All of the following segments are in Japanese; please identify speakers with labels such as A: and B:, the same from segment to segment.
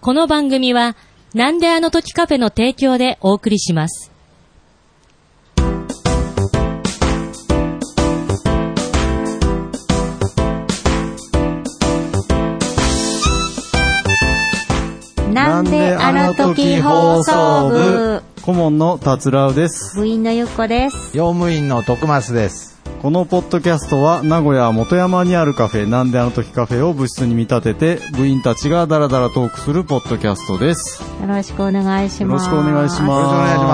A: この番組は、なんであの時カフェの提供でお送りします。
B: なんであの時放送部
C: 顧問の達郎です。
B: 部員のゆっこです。
D: 用務員の徳松です。
C: このポッドキャストは名古屋元山にあるカフェなんであの時カフェを部室に見立てて部員たちがダラダラトークするポッドキャストです。
B: よろしくお願いし
C: よろ
B: ま
C: し
B: す。
C: くお願いし
D: よろしくお願いし
C: ま。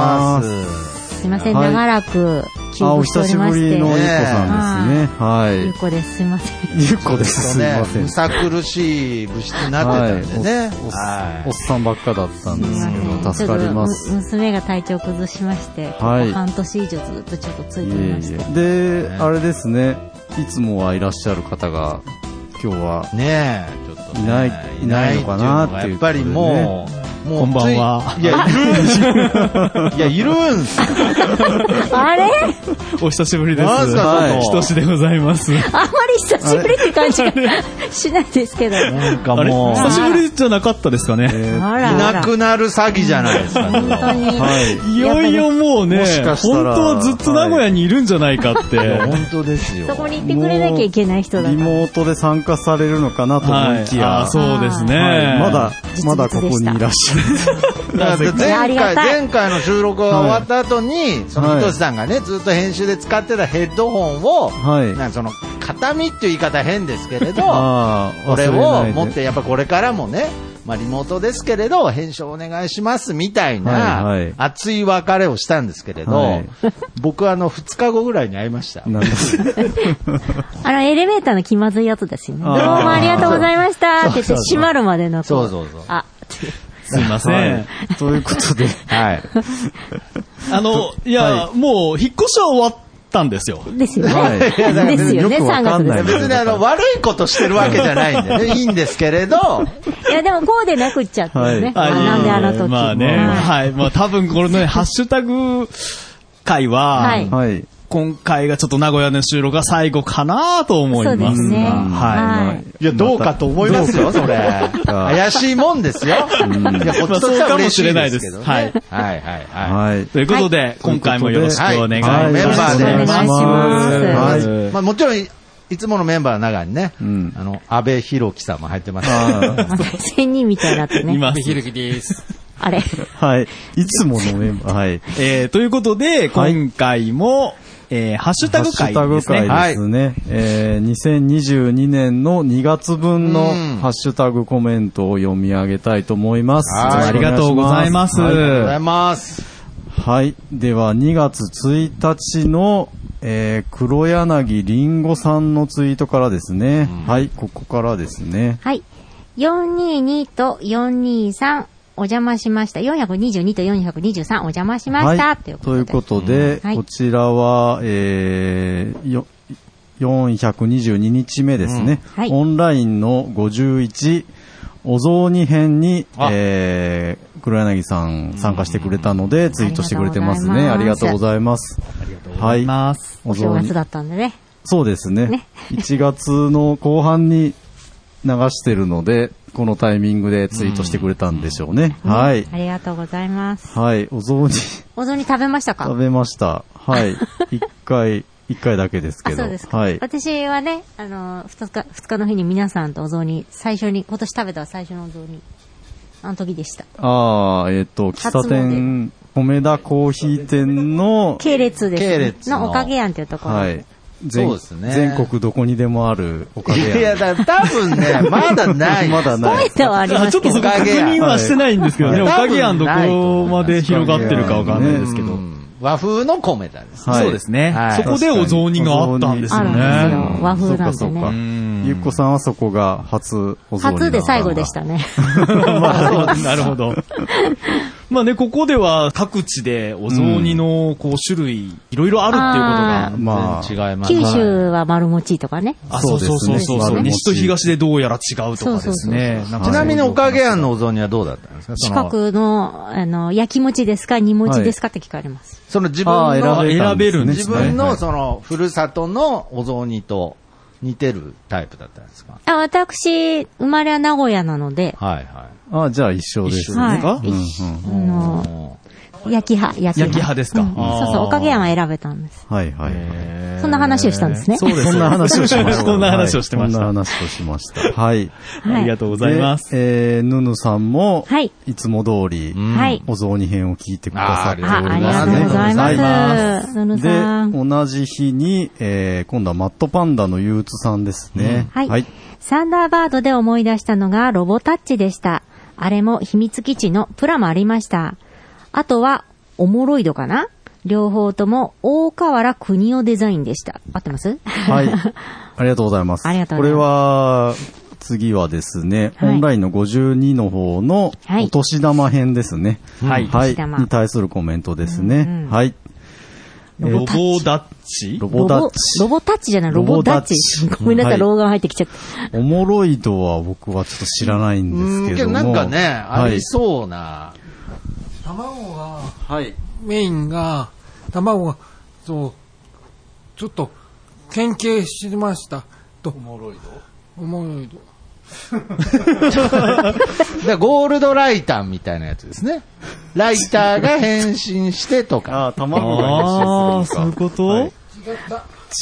D: ますす。
B: す。すいません、
C: はい
B: 長らく休
C: あ、お
B: 部してお
C: 久
B: り
C: し
B: ま
C: ぶ
B: し
C: り
B: て。
C: のゆっこ
D: ね
C: さんですね。は
B: ゆっ
C: い。
B: こです。すいません。
C: ゆっこです。すいません
D: む。さ苦しい部室になってたんでね。
C: おっ
D: は。
C: おっさんばっかだったんですけど、
B: すい
C: 助か
B: ませんちょっ
C: りま
B: とむ
C: す。
B: 娘が体調崩しまして、
C: はい
B: ここ半年以上ずっとちょっとつ
C: いえ
B: いていまし
C: い
B: て。
C: え。で、あれですね、いつもはいらっしゃる方が今日はい
D: ねえ、ちょっとね。
C: いないいないのかなっていう
D: やっぱりもう、もう。
E: こんばんは
D: ついいや、い るんす。いや、いるんす。
B: あれ
E: お久しぶりです。
D: なんすか
C: はい
D: ちょっ
E: ひ
D: と
E: としでございます。
B: あんまり久しぶりって感じが しないですけど。あ
D: なんか
E: あれ
D: も
E: 久しぶりじゃなかったですかね。
B: ら
D: う、い
B: あ
D: な
B: ら。
D: くなる詐欺じゃないですか。
B: 本当に。
C: はい。
E: いよいよもうね、
C: もしか
E: 本
C: した
E: 当
C: ら
E: はずっと名古屋にいるんじゃないかって。
D: 本当ですよ。
B: そこに行ってくれなきゃいけない人だ
C: リ
B: から。
C: モートで参加されるのかなと思
E: はい
C: き
E: い。
C: や、
E: あーそうですね。
C: はいまだ、
B: 実
C: まだここにいらっしゃる。
D: だから
B: あ
D: 前
B: りが
D: 回、
B: たい
D: 前回の収録が終わった後に、その
C: はい
D: ひとしさんがね、ずっと編集で使ってたヘッドホンを、
C: はい
D: なんかその、形見っていう言い方変ですけれど、
C: ああ、
D: これ
C: 忘
D: を
C: ないで
D: 持って、やっぱこれからもね、まあリモートですけれど、編集お願いしますみたい
C: はいはい
D: な、熱い別れをしたんですけれ
C: は
D: ど
C: い、
D: 僕はあの、2日後ぐらいに会いました。
C: なんです
B: あの、エレベーターの気まずいやつですよね。どう
C: あ
B: も
C: ー
B: ありがとうございましたって言って
D: そうそうそう
B: 閉まるまでのこ。
D: そうそうそう
B: あ、っていう
E: すいません。
C: はいということで、
D: はい。
E: あの、いや、もう、引っ越しは終わったんですよ。
B: ですよね。
C: はい
B: ですよね、
C: いやだからねよくわ
B: 3
C: か
B: 月
C: ん
B: で
C: ない
B: す。
D: 別にあの、悪いことしてるわけじゃないんでね、いいんですけれど、
B: いや、でもこうでなくっちゃっていうね。
E: は
B: あ
E: い
B: なんであの時。
E: まあね、
B: は
E: はい。まあ多分これね、ハッシュタグ会は、
B: はい
C: はい。
E: 今回がちょっと名古屋の収録が最後かなと思います。
B: そうですね
E: はい。
B: はい
D: いや、どうかと思いますよ、それ。怪しいもんですよ。いや、こっちとしては嬉しいですけどね。
E: まあそうかもしれないで
D: はい、はい、は
C: はい。
E: ということで、今回もよろしくお願いします。
D: メンバーで
B: お願いします
C: はい。
D: い。まあ、もちろん、いつものメンバーの中にね、
C: うん
D: あの、安倍博樹さんも入ってます。
C: あ
B: い。仙人みたいになってね。
E: 今、
B: あれ。
C: ーはい。いつものメンバー、はい。
E: えー、ということで、
C: はい
E: 今回も、えー、ハッシュタ
C: ハッ
E: グ
C: シュ
E: 会
C: タ
E: で
C: グ
E: すね。
C: 会ですね。えー、2022年の2月分の
D: うん
C: ハッシュタグコメントを読み上げたいと思います。
D: はい
E: ありがとうございます。
C: はい
D: ありがとうございます。
C: はい。では、2月1日の、えー、黒柳りんごさんのツイートからですね。はい、ここからですね。
B: はい。422と423お邪魔しました。422と423お邪魔しました。
C: はい
B: ということ
C: と
B: で。
C: いうことで、
B: はい
C: こちらは、えー、よ422日目ですね、
B: うんはい
C: オンラインの51、お雑煮編に、
D: あ
C: えー、黒柳さん参加してくれたので、ツイートしてくれてますね。
B: あ
C: あ
B: り
C: り
B: が
C: が
B: と
C: と
B: う
C: う
B: ご
C: ございます。
E: あ
C: は
E: り
C: い。
E: ます。
C: お
B: お正
C: 雑煮
B: 月だったんでね。
C: そうですね。
B: ね
C: 1月の後半に流してるので、このタイミングでツイートしてくれたんでしょうね。はい。
B: ありがとうございます。
C: はい。お雑煮
B: お雑煮食べました
C: 食
B: か
C: べました。 はい。一回、一回だけです
B: あ、
C: けど。
B: そうですか。
C: はい。
B: 私はね、あの、二日、二日の日に皆さんとお雑煮、最初に、今年食べた最初のお雑煮、あの時でした。
C: ああ、えっ、と、喫茶
B: 初詣
C: 店、米田コーヒー店の、
B: 系列です、ね。
D: 系列の
B: のおかげやんっていうところ。
C: はい。
D: そう
C: 全
D: ですね
C: 全国どこにでもあるおか
D: い
C: げ
D: や、
C: や。
D: だから多分ね、 まだない。
C: まだない。
B: 米田はありま
E: あち
B: す
E: ょっ
B: け
E: と
B: ど
E: そこ。確認はしてないんですけどね、
D: はい
E: おかげやんど
D: 多分ないと
E: こ
D: 思
E: まで広がってるかわかんないですけ
D: う
E: ど。
D: ん和風の米田です。
C: はい
E: そうですね、
D: はい
E: そこでお雑煮があったんですよ
B: あるんですよ
E: ね。
B: 和風なんで
C: そうかそうか
B: ね。
C: ゆっこさんはそこが初お雑煮。
B: 初で最後でしたたね。
E: まあ なるほど。まあね、ここでは各地でお雑煮のこう種類、いろいろあるっていうことが
B: あー
C: まあ、
D: 全然違います。
B: 九州は丸餅とかね。
E: あ、そうそうそうそう
C: そうですね
E: そう。西と東でどうやら違うとか
B: そうそう
E: で
B: そ
E: す
B: う
E: ね。なんか
D: ちなみにおかげやんのお雑煮はどうだったんですかそ
B: 近
D: の
B: くの、あの、焼き餅ですか煮餅ですかって聞かれます。
D: その自分
C: ああ、
D: の、
C: 選べたですね
E: 選べるんで
D: 自
E: すね
D: 分
C: は
D: の
C: い
D: その、ふるさとのお雑煮と似てるタイプだったんですか
B: あ、私、生まれは名古屋なので、
D: はいは
C: あ、じゃあ一緒です。
D: 一緒ですか
B: はい一緒あの、焼き派、焼き派。
E: 焼き派ですか
B: うん
E: あー
B: そうそう、おかげ山選べたんです。
C: はいはい。
E: へー
B: そんな話をしたんですね
E: そうです。
C: そんな話をしました。
E: そんな話をしてま
C: はい
E: し
C: そ
E: た。
C: ん
E: あ
C: な話をしました。はい。
B: はい
E: りがとうございます。
C: でえー、ヌヌさんも、
B: はい。
C: いつも通り、
B: はい。
C: お雑煮編を聞いてくださっており
B: あ、
C: ますね。
B: ありがとうござい
E: ありがと
B: ま
E: う
B: す。のぬさ
C: で、
B: ん。
C: 同じ日に、えー、今度はマットパンダの憂鬱さんですね。
B: はいサンダーバードで思い出したのがロボタッチでした。あれも秘密基地のプラもありました。あとは、おもろいどかな両方とも大河原国をデザインでした。合ってます
C: はい。ありがとうございます。
B: ありがとう
C: こ
B: ござ
C: れ
B: い
C: は、次はですね、
B: はい
C: オンラインの52の方の
B: はい
C: お年玉編ですね。
E: はい
C: はい。
B: お年玉
C: に対するコメントですね。
B: うんうん
C: はい。
E: ロボダッチ
C: ロボダッチ。
B: ロボロボタッチじゃない、ロボダッチ。
C: ロボダッチ
B: ごめんなさ、
C: はいい
B: 老眼入ってきちゃった。
C: おもろいとは僕はちょっと知らないん
D: うん
C: です
D: け
C: け
D: ど
C: ども。
D: なんかね、あ
C: は
D: り
C: い。
D: そうな。
F: 卵が、
C: はい。
F: メインが、卵が、そう、ちょっと、研究しました。と。おもろいとおもろいと。
D: でゴールドライターみたいなやつですね。ライターが変身してとか。
C: ああ、卵が
E: あー
C: ね
E: そういうこと、
C: はい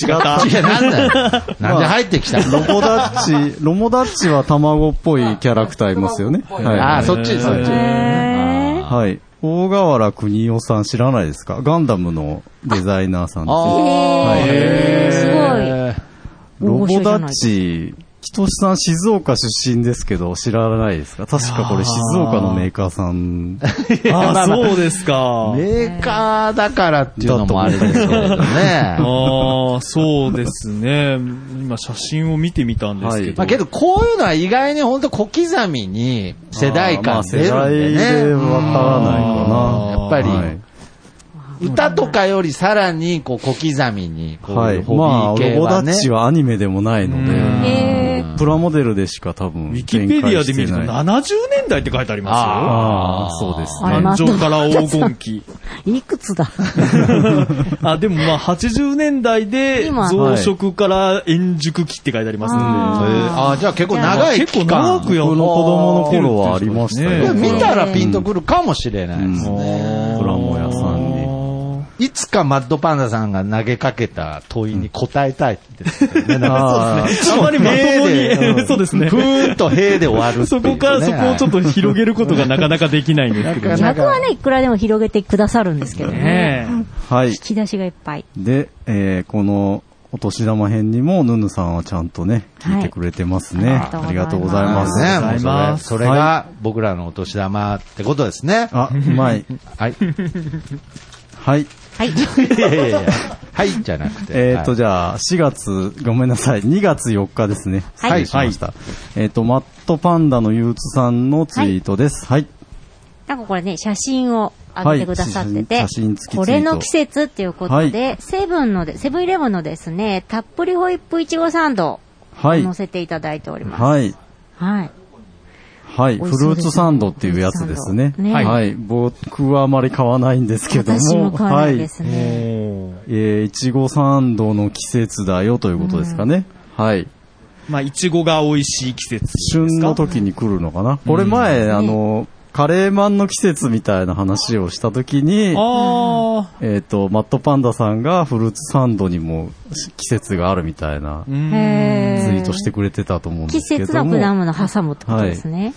C: 違った。
D: いや、なんだよ。 なんで入ってきた
C: ロ
D: の
C: ボダッチ、ロボダッチは卵っぽいキャラクターいます よね。
F: 卵っぽ
C: は
F: い
C: い。
D: ああ、そっち、そっち。
B: へー
C: はい。大河原邦夫さん知らないですかガンダムのデザイナーさんです。
D: あー
B: へーすごい
D: へー
C: ロ
B: 大御所
C: ボ
B: じゃ
C: ダ
B: ない
C: ッチ、きとしさん静岡出身ですけど知らないですか確かこれ静岡のメーカーさん。
E: ああ、そうですか。
D: メーカーだからっていうのもあれですけどね。
E: ああ、そうですね。今写真を見てみたんですけど。
D: まあけど、こういうのは意外に本当小刻みに世代
C: まあ
D: 間出る
C: 世代
D: ん
C: で
D: でね。
C: わからないかな。
D: やっぱり
C: はい
D: 歌とかよりさらにこう小刻みに、こう
C: はいい。
D: うホ
C: まあ、
D: ビー
C: ロ
D: 系
C: ボダ
D: はね
C: ッ。チはアニメでもないの
E: うん
B: へ
C: で、プラモデルでしか多分
E: ウィキペディアで見
C: 展開
E: ると
C: してない
E: 70年代って書いてありま
C: ああ、そうです
E: すよ。
B: あ
E: 誕生から黄金期。
B: いくつだ
E: あ、でもまあ80年代で
B: 今
E: 増殖から円熟期って書いてありますんで。
B: あー
D: えーあー、じゃあ結構長い期
E: 結構
D: 間。
E: 長くやっ
C: 僕の子供の頃はありましたよ
E: やってるってことですね
D: 見たらピンとくるかもしれないですね。
C: プラモ屋さんに。
D: いつかマッドパンダさんが投げかけた問いに答えたいですよね。なんか
C: ああ
E: あんまりまと も
D: へーで
E: に、そうですね
D: ふ。ーんとへーで終わるっていうね
E: そこからそこをちょっと広げることがなかなかできないんですけど
D: なかなか
B: 逆はね、いくらでも広げてくださるんですけど ね。
E: ね。
C: はい
B: 引。き出しがいっぱい。
C: で、えーこのお年玉編にもヌヌさんはちゃんとね、聞いてくれてますね。
B: はい
C: ありがとうござい
D: ま
C: ます。
D: あね、
E: ありがとうござい
D: もう
E: ま
D: そ
E: す
D: れそれが僕らのお年玉ってことですね。
C: あ、うまい。
D: はい。
C: はい。
B: はい。
D: いやいやいやはい、じゃなくて。
C: えっ、と、
D: はい
C: じゃあ、4月、ごめんなさい、2月4日ですね。
B: はい
C: 失礼しました。えっ、と、マットパンダの憂鬱さんのツイートです。はい。
B: なんかこれね、写真を上げてくださってて、
C: はい写真写真付きツイー
B: こ
C: ト
B: れの季節っていうことで、
C: は
B: セブンので、セブンイレブンのですね、たっぷりホイップいちごサンドを
C: はい。
B: 載
C: はい。
B: せていただいております。
C: はい。
B: はい。
C: フルーツサンドっていうやつです
B: 美
C: ね。
B: 味しそうですね
C: はい、
B: ね
C: はい僕はあまり買わないんですけども。
B: 私も買わないで
C: は
B: すね。
C: い。えー、いちごサンドの季節だよということですかね。はい。
E: まあ、いちごが美味しい季節ですか。
C: 旬の時に来るのかな。これ前、あの、カレーマンの季節みたいな話をした時に、
E: ああ。
C: えっ、と、マットパンダさんがフルーツサンドにも季節があるみたいな
E: うん
B: へ
C: ツイ
B: ー
C: ートしてくれてたと思うんで
B: 季
C: すけ
B: 節
C: ど
B: の
C: も、
B: 果物挟むってことですね。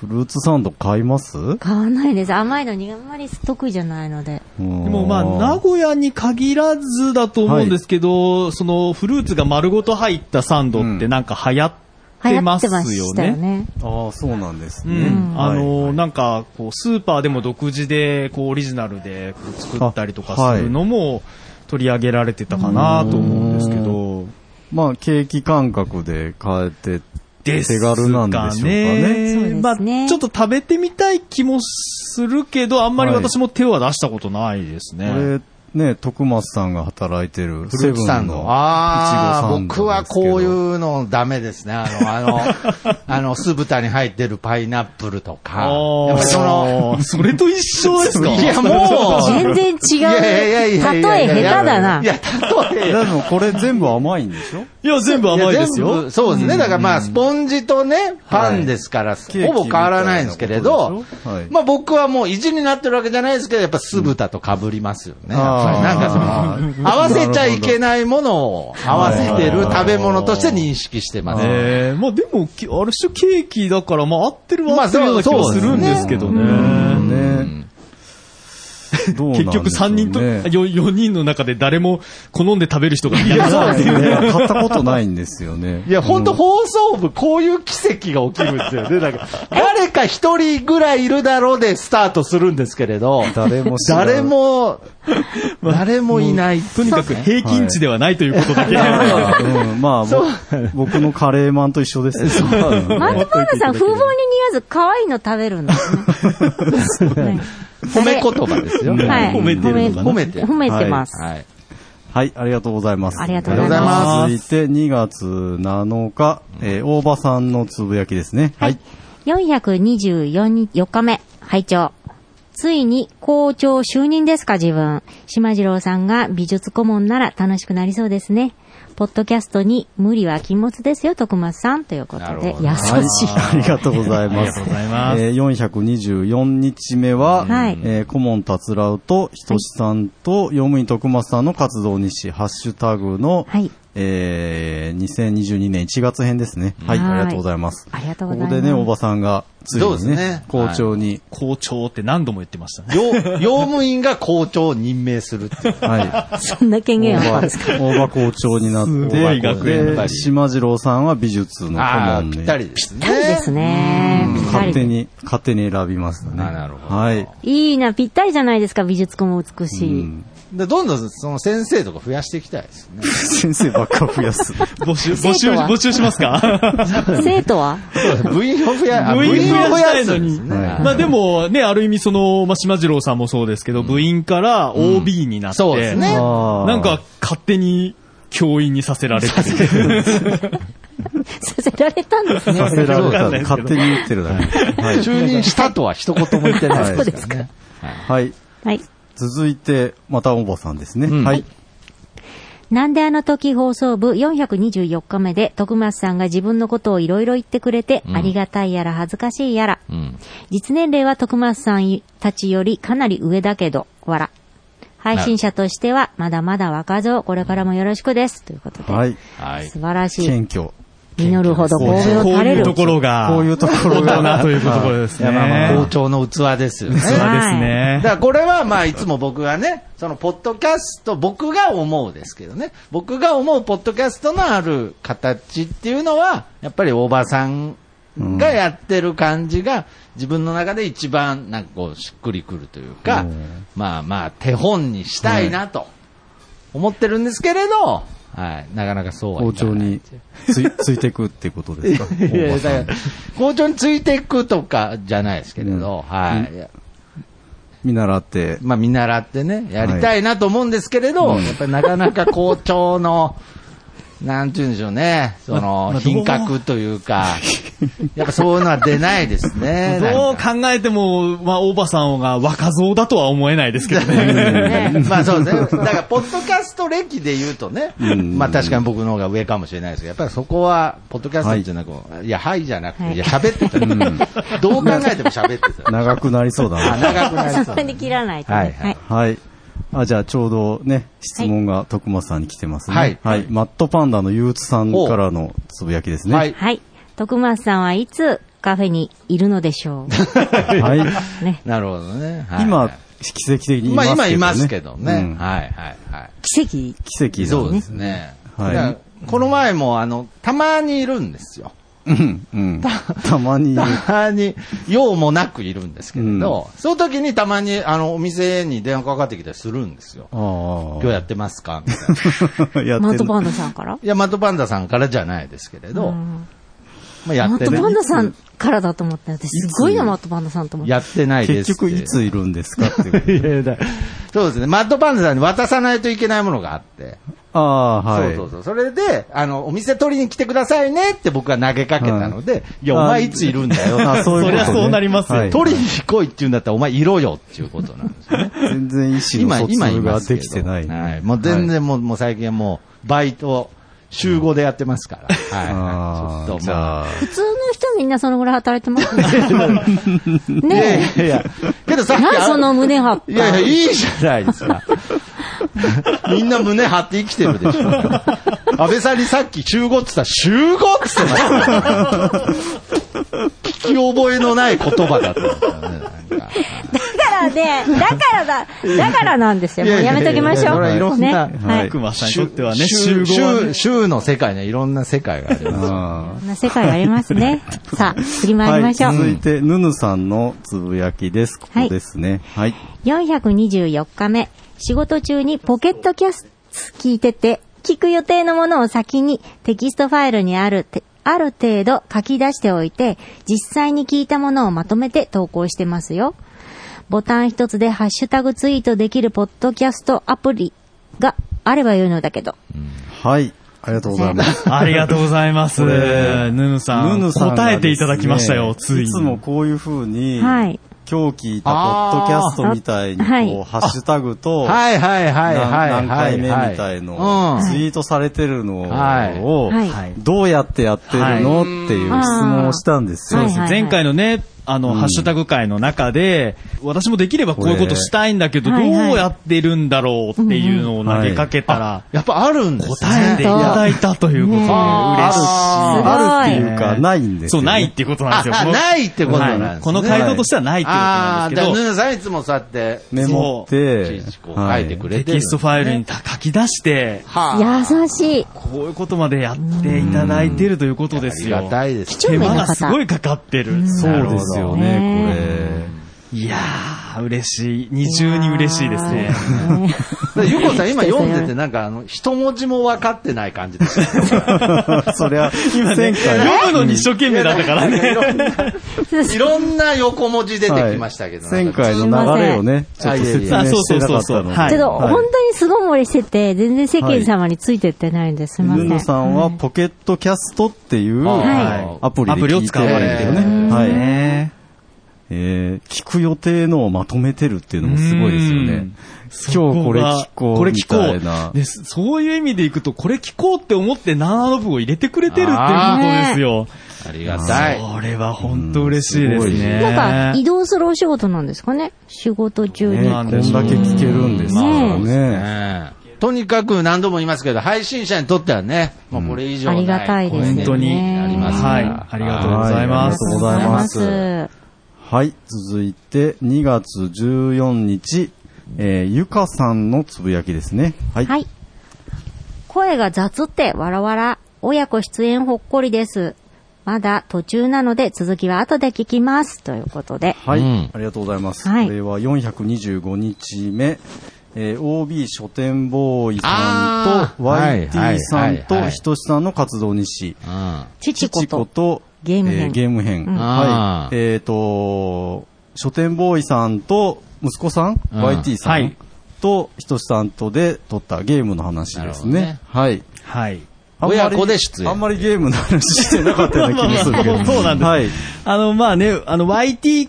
C: フルーツサンド買います
B: 買わないです。甘いのにあんまり得意じゃないので。
C: で
E: でもまあ、名古屋に限らずだと思うんですけど、そのフルーツが丸ごと入ったサンドってなんか流行って
B: 流行
E: ま
B: っ
E: す
B: て
E: よ
B: ましたよ
E: ね。
B: ね。
C: ああ、そうなんです
E: う
C: ね。
E: ん、あ
C: はい
E: の、なんか、こう、スーパーでも独自で、こう、オリジナルでこう作ったりと
C: あは
E: か
C: い
E: するのも取り上げられてたかなと思うんですけど、
C: まあ、ケーキ感覚で買えて、
E: で
C: 手
E: す
C: 軽なんでしょうかね。
B: そうですね
E: まあ、ちょっと食べてみたい気もするけど、あんまり私も手は出したことないですね。
C: これ、ね、徳松さんが働いてる
D: フ
C: セ
D: ルー
C: ブ
D: ツ
C: ン
D: サンド。
C: の。
D: ああ、
C: いちごサンドですけ
D: 僕
C: ど
D: はこういうのダメですね。あ の、あの、あの、酢豚に入ってるパイナップルとか。やっぱりその、
E: それと一緒ですか
D: いや、もう、
B: 全然違う。
D: いやいやいやいや
B: 例え
D: いやいや。
B: 下手だない
D: や、例え。
C: でもこれ全部甘いんでしょ
E: いや、全部甘いです
D: や全
E: よ
D: 部。そうですね。だからまあ、スポンジとね、パンですから、
C: ケーキ
D: ほぼ変わらないんですけれど
C: みたいなことでしょはい、
D: まあ僕はもう意地になってるわけじゃないですけど、やっぱ酢豚と被りますよね。やっぱりなんかその、合わせちゃいけないものを合わせてる食べ物として認識してます。
E: ええまあでも、きあれ一緒ケーキだから、まあ合ってる
D: ま
E: は合
D: あ
E: ってるような気も
D: そう
E: するんですけど
C: ね。
E: ね。
C: どうなんでしょうね
E: 結局3人と、4人の中で誰も好んで食べる人がいな
C: そうで
E: い
C: すね。買ったことないんですよね。
D: いや、本当放送部、こういう奇跡が起きるんですよね。なんか、誰か一人ぐらいいるだろうでスタートするんですけれど、
C: 誰も知らない
D: 誰も、誰もいない。
E: とにかく平均値ではないということだけ。
C: うんま あ、僕のカレーマンと一緒ですね。
B: 松原さん、風貌に似合わず可愛いの食べるんですね。
D: 褒め言葉ですよ。
B: はい。
E: 褒めてるのかな
D: 褒めて
B: 褒めてます。
D: はい。
C: はい、ありがとうございます。
B: ありがとうござい
D: ます
C: 続いて2月7日、えー大場さんのつぶやきですね。はい。
B: 424日4日目、拝聴。ついに校長就任ですか、自分。島次郎さんが美術顧問なら楽しくなりそうですね。ポッドキャストに無理は禁物ですよ、徳松さん。ということ
D: なる
B: で
D: ほ、ど
B: 優
C: はい
B: しい。
C: ありがとうございます。
E: ありがとうございます
C: えー424日目は、
B: はい
C: えー顧問たつらうと、ひとしさんと、用務員徳松さんの活動日誌、ハッシュタグの、
B: はい
C: えー2022年1月編ですね。はい、
B: はい
C: ありがとうございます。
B: ありがとうございます
C: ここでね、おばさんが、つい
D: そうです
C: にね
D: ね、
C: 校長に、
E: 校長って何度も言ってました
D: 用、
E: ね。
D: 用務員が校長を任命するっていう。
C: はい。
B: そんな権限あったん
C: 大
B: ですか。
C: 場校長になって、
E: すごい学園
C: で島次郎さんは美術の顧
D: ああ、
C: 問
D: ぴ
C: に
D: ったりですね。
B: ぴったりですね。ぴった
C: 勝手
B: り。
C: に、勝手に選びましたね。
D: あなるほど
C: はい。
B: いいな、ぴったりじゃないですか、美術顧問美しい。
D: でどんどんその先生とか増やしていきたいですね。
C: 先生ばっか増やす。
E: 募集、
B: 生
E: 募集、
B: 徒は
E: 募集しますか
B: 生徒は
D: 部員を増や、 あ
E: 部員増やしたいの
D: んで
E: に
D: す。ね。
C: はい
E: まあでもね、ある意味その、まあ島次郎さんもそうですけど、部員から OB になって、
D: そうですね。
C: あー
E: なんか、勝手に教員にさせられてる。
B: させられたんですね。
C: させられた
E: わかんないです
C: 勝
E: けど
C: 手に言ってるだけ。はい。
D: 就任したとは一言も言ってない
C: そう
D: ですからね。
C: はい。
B: はい。
C: 続いて、またおばさんですね。はい。
B: なんであの時放送部424日目で徳松さんが自分のことをいろいろ言ってくれて、ありがたいやら恥ずかしいやら。実年齢は徳松さんたちよりかなり上だけど、わら。配信者としてはまだまだ若造、これからもよろしくです。ということで。
C: はい。
D: はい。
B: 素晴らしい。
C: 謙虚。
B: 実るほど
E: こう
B: 神戸を垂れ
E: いう
B: る。
E: ところが、
C: こういうところ が
E: 大人というところですね。
D: いやまあまあ校長の器ですよね。
E: そう
B: は
E: で
B: い
E: す
D: だ
E: ね
D: か。らこれはまあいつも僕がね、そのポッドキャスト、僕が思うですけどね、僕が思うポッドキャストのある形っていうのは、やっぱり大場さんがやってる感じが、自分の中で一番なんかこうしっくりくるというか、
C: うん
D: まあまあ手本にしたいなと思ってるんですけれど、はい、なかなかそうはい
C: 校
D: か
C: 長
D: ない
C: につい、 ついてくってことですか
D: いや
C: 大場さん
D: だから校長についていくとかじゃないですけれど、
C: うん
D: はい。
C: 見習って。
D: まあ見習ってね、やりたいなと思うんですけれど、
C: はいうん
D: やっぱりなかなか校長の、なんて言うんでしょうね、そ
E: ま
D: の
E: ま、
D: 品格というか、やっぱそういうのは出ないです ね。
E: ど
D: な
E: うん
D: か
E: 考えても、まあ、大場さんが若造だとは思えないですけどね。
D: ねまあそうですね。だから、ポッドキャスト歴で言うとね、
C: ん
D: まあ確かに僕の方が上かもしれないですけど、やっぱりそこは、ポッドキャストじゃなく、い、や、はいじゃなく
B: は
D: て、
B: い
D: いや、喋ってた、どう考えても喋ってた。
C: 長くなりそうだ
D: あ
C: な。
D: 長くなりそう
B: そんなに切らないとね。
D: はいはい
C: はい。あ、じゃあちょうどね、質問が徳松さんに来てますね。
D: はい
C: はい。マットパンダの憂鬱さんからのつぶやきですね。
D: は
C: はい。
D: い。
B: はい。徳松さんはいつカフェにいるのでしょう。ね。
D: なるほどね。はい
C: 今、奇跡的にい
D: ま
C: ますけど
D: あ
C: ね。
D: 今いますけどね。
C: うん
D: はいはいはい。
B: 奇跡。
C: 奇跡だ
D: そうですね。
C: はい
D: だからこの前も、あの、たまにいるんですよ。
C: うん、うん。たまにいる。
D: たまに、用もなくいるんですけれど、その時にたまに、あの、お店に電話かかってきたりするんですよ。
C: あ
D: 今日やってますかみた
C: あ。
D: いな。
C: やってん
B: マ
C: の
B: ートバンドさんから
D: いや、マットパンダさんからじゃないですけれど、まあ、や
B: マッ
D: って
B: ト
D: ね
B: パンダさんからだと思って、私すごいな、マットパンダさんと思って。
D: やってないです
C: 結
D: って。
C: 局いついるんですかっていうこと
D: いやだそうですね。マッドパンダさんに渡さないといけないものがあって。
C: ああ、はい。
D: そうそうそう。それで、あの、お店取りに来てくださいねって僕は投げかけたので、い、や、お
C: あ
D: 前いついるんだよって。
C: あそういうことね
E: そりゃそうなりますよ
C: はい
D: 取りに来いって言うんだったらお前いろよっていうことなんですよね。
C: 全然意思の
D: 今、
C: 疎
D: 今言い
C: 通
D: ま
C: が
D: すけ
C: で
D: ど
C: きてない。
D: はい。もう全
C: はい。
D: 然もう、もう最近はもう、バイト、集合でやってますから。は
C: あ
D: い。
C: あ、じゃあ、
B: 普通の人みんなそのぐらい働いてますね。
D: いやい
B: ね
D: やいや。けどさ
B: え。
D: っきあ
B: 何その胸張った。
D: いやいや、いいじゃないです か。みんな胸張って生きてるでしょ。安倍さんにさっき集合って言ったら、集合って言ってました。聞き覚えのない言葉だったんですよね。なんか
B: だからね、だからだ、だからなんですよ。もうやめときましょ
D: いやいやいやそれは
B: う。
D: いろんな
B: ね
C: は
B: はいい。
E: 熊さんにとってはね、集
D: 集
E: 合は
D: 集
E: ね
D: 集の世界ね、いろんな世界があります。
C: あ
B: こんな世界あります ね。さあ、次
C: あ
B: 参りましょう。
C: はい、続いて、ヌヌさんのつぶやきです。ここですね。はい。
B: 424日目、仕事中にポケットキャス聞いてて、聞く予定のものを先にテキストファイルにあるて、ある程度書き出しておいて、実際に聞いたものをまとめて投稿してますよ。ボタン一つでハッシュタグツイートできるポッドキャストアプリがあればよいのだけど。
C: はい。ありがとうございます。
E: ありがとうございます。
C: これ
E: ヌヌさ
C: ヌ
E: ん。
C: ヌさんがですね
E: 答えていただきましたよ、ついに。
C: いつもこういう風に、
B: はい。
C: 今日聞いたポッドキャストみたいに、こ
B: あー
C: う、ハッシュタグと、
D: はいはいはいはいはい。
C: 何回目みたいのを
D: うん
C: ツイートされてるの
D: はい
C: を、
B: はい
C: どうやってやってるの、っていう質問をしたんですよ。
B: あー
E: そうですね
B: はいはいはい
E: 前回のね、あの、ハッシュタグ会の中で、私もできればこういうことしたいんだけど、ど
B: こ
E: う
B: れはいはい
E: やってるんだろうっていうのを投げかけたら、
D: やっぱあるんですね。
E: 答えていただいたということで、嬉しい。
C: あるっていう
E: ね
C: か、ないんです
E: そ
C: よ、
E: う、
C: ね。
E: ないっていうことなん
D: あ
E: ですよ。
D: あ
E: この
D: ないってことなんですね。
E: はいこの回答としてはないっていうこと
D: あ
E: な
D: あ
E: ん
D: ー、
E: です
D: だか
E: けど
D: ら、ヌ、ヌさんいつもそうやって、
C: メモって、
D: いちいちこう書いてくれてるんですね
E: テキストファイルに書き出して、
D: はあ
B: 優しい。
E: こういうことまでやっていただいてるということです
D: あ
E: よ。
D: りがたいです。
E: 手間がすごいかかってる。
C: そうですよね、
E: いやー、嬉しい。二重に嬉しいですね。
D: だからゆこさん今読んでてなんかあの、一文字も分かってない感じで したね。
C: こ れ。そりゃ、
E: 今
C: 前
E: ね、
C: 回、
E: 読むのに一生懸命だったから ね。
D: いろんな横文字出てきましたけど、
C: はい前
D: なんか
C: 回の流れをね、ちょっと説明してなかったので。
E: あい
B: ち
E: え
B: ょっ
E: いえ
B: と
C: は
B: 本
C: い
B: 当に巣ごもりしてて、全然世間様についてってないんです。すいませ
C: ヌ
B: ん。
C: ヌさんはポケットキャストっていう
D: はい
C: アプリで聞いてるんですよね。
E: は
C: はいい。えー聞く予定のをまとめてるっていうのもすごいですよ
E: う
C: ね
E: ん。
C: 今日これ聞こうみた
E: これ
C: いな
E: 聞こう。でそういう意味でいくと、これ聞こうって思って7ノブを入れてくれてるっていうことですよ。
D: ありがたい。
E: これは本当嬉しいですね。
B: なんか移動するお仕事なんですかね仕事中
C: ね
B: に。
E: なんで
C: こん
E: しょう
C: だけ聞けるんですからね。
D: ねえとにかく何度も言いますけど、配信者にとってはね、もうこれ以上
B: あ
D: な
B: りがたいですね。
E: 本当に
D: ありますか
E: はい。
D: ら。
E: ありがとうございま
C: はいありが
E: す。
C: とうございます
B: ありがとう
C: はい、続いて2月14日、えーゆかさんのつぶやきですね。は
B: ございます
C: い。
B: はい。声が雑ってわらわら。親子出演ほっこりです。まだ途中なので続きは後で聞きます。ということで。
C: はい、
D: うん
C: ありがとうございます。
B: はい
C: これは425日目、えー OB 書店ボーイさんと、
D: あー
C: YT さん
D: はいはいはいは
C: と、
D: い
C: ひとしさんの活動日誌、
D: うん
B: 父子
C: ち
B: と
C: こ。と、
B: ゲーム編
C: えゲーム編。
B: うん
D: あ
C: はい。えっ、と、書店ボーイさんと、息子さん、
D: うん
C: ?YT さん、
E: はい
C: と、ひとしさんとで撮ったゲームの話ですね。
D: なる
C: はい。
E: はい。
C: あんまり
D: 親子で出演
C: あんまりゲームの話してなかったような気もするけ
E: まあま あ
C: ど。
E: そうなんです
C: はい。
E: あの、まあね、あの、YT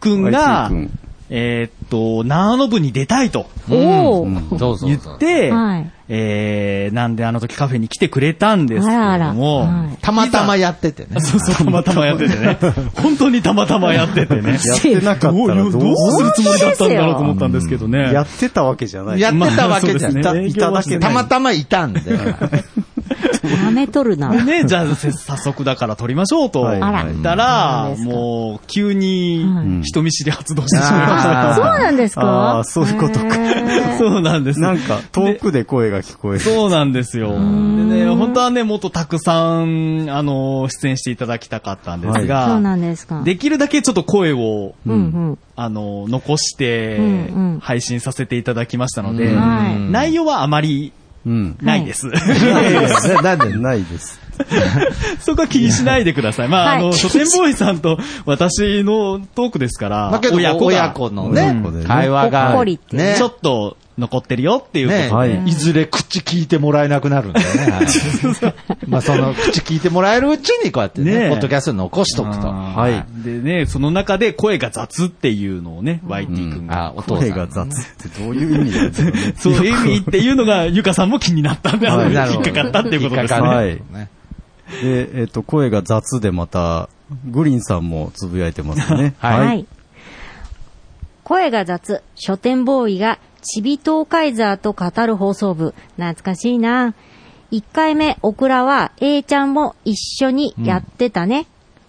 E: 君が
C: YT 君、
E: えーっと、ナーノブに出たいと
B: お
C: うん
B: ー。
D: そうそう
E: 言
D: そう
E: っ。て、
B: はい
E: えー、なんであの時カフェに来てくれたんですけ
B: あらあ
E: れ
B: ら。
E: ども、
B: はい
D: たまたまやっててね。
E: そうそう、たまたまやっててね。本当にたまたまやってて ね。
C: やってなかったらど
E: ど
C: う
E: う
C: す
E: ど
C: る
E: うするつもりだったんだろうと思ったんですけどね。
C: やってたわけじゃない。
D: やってたわけじゃ
E: まあそう
D: ない。
E: ですね
D: いただけたまたまいたんで。
B: 舐めとるな。
E: ね、じゃあ、せ早速だから撮りましょうと。
C: はい
E: 言
B: あら
E: ったら、もう、急に
B: はい
E: 人見知り発動してしまいまし
B: あ、そうなんです
C: あ
B: か
C: あ、そういうことか。
E: た。そうなんです。
C: なんか、遠くで声が聞こえる。
E: そうなんですよ。でね、本当はね、もっとたくさん、あの、出演していただきたかったんですが、
B: そうなんですか。
E: できるだけちょっと声を、
B: うんうん。
E: あの、残して
B: うんうん、
E: 配信させていただきましたので、
B: はい
E: 内容はあまり
C: うん。
E: ないです。
C: なんでない です。
E: そこは気にしないでください。まあ、
B: はい
E: あの、書店ボーイさんと私のトークですから、
D: まあけど
E: 親子
D: 親
E: が
D: 子の
C: 親
D: ね
C: 子で、ね
D: 会話
B: ほっ
D: が
B: こりって、
D: ね
E: ちょっと残ってるよっていうことで
D: ね
C: はい
D: いずれ口聞いてもらえなくなる んだよね。まあその口聞いてもらえるうちにこうやって
E: ね
D: ね、
E: え
D: ポッドキャストに残しとくと。あ
E: は。
C: はい
E: でね、その中で声が雑っていうのをね、YT 君が。
D: お父さん。
C: 声が雑ってどういう意味なんですか ね。
E: そういう意味っていうのが、ゆかさんも気になったんで、あの
C: はい
E: 引
D: なるほ
E: っ
D: ど
E: かかったっていうことです
D: 引っか
E: ね。
D: か
C: は
D: る
C: いで、えっと、声が雑でまた、グリーンさんもつぶやいてます ね。
B: はい。声が雑、書店ボーイが、チビトーカイザーと語る放送部。懐かしいな。1回目、オクラは、A ちゃんも一緒にやってたね。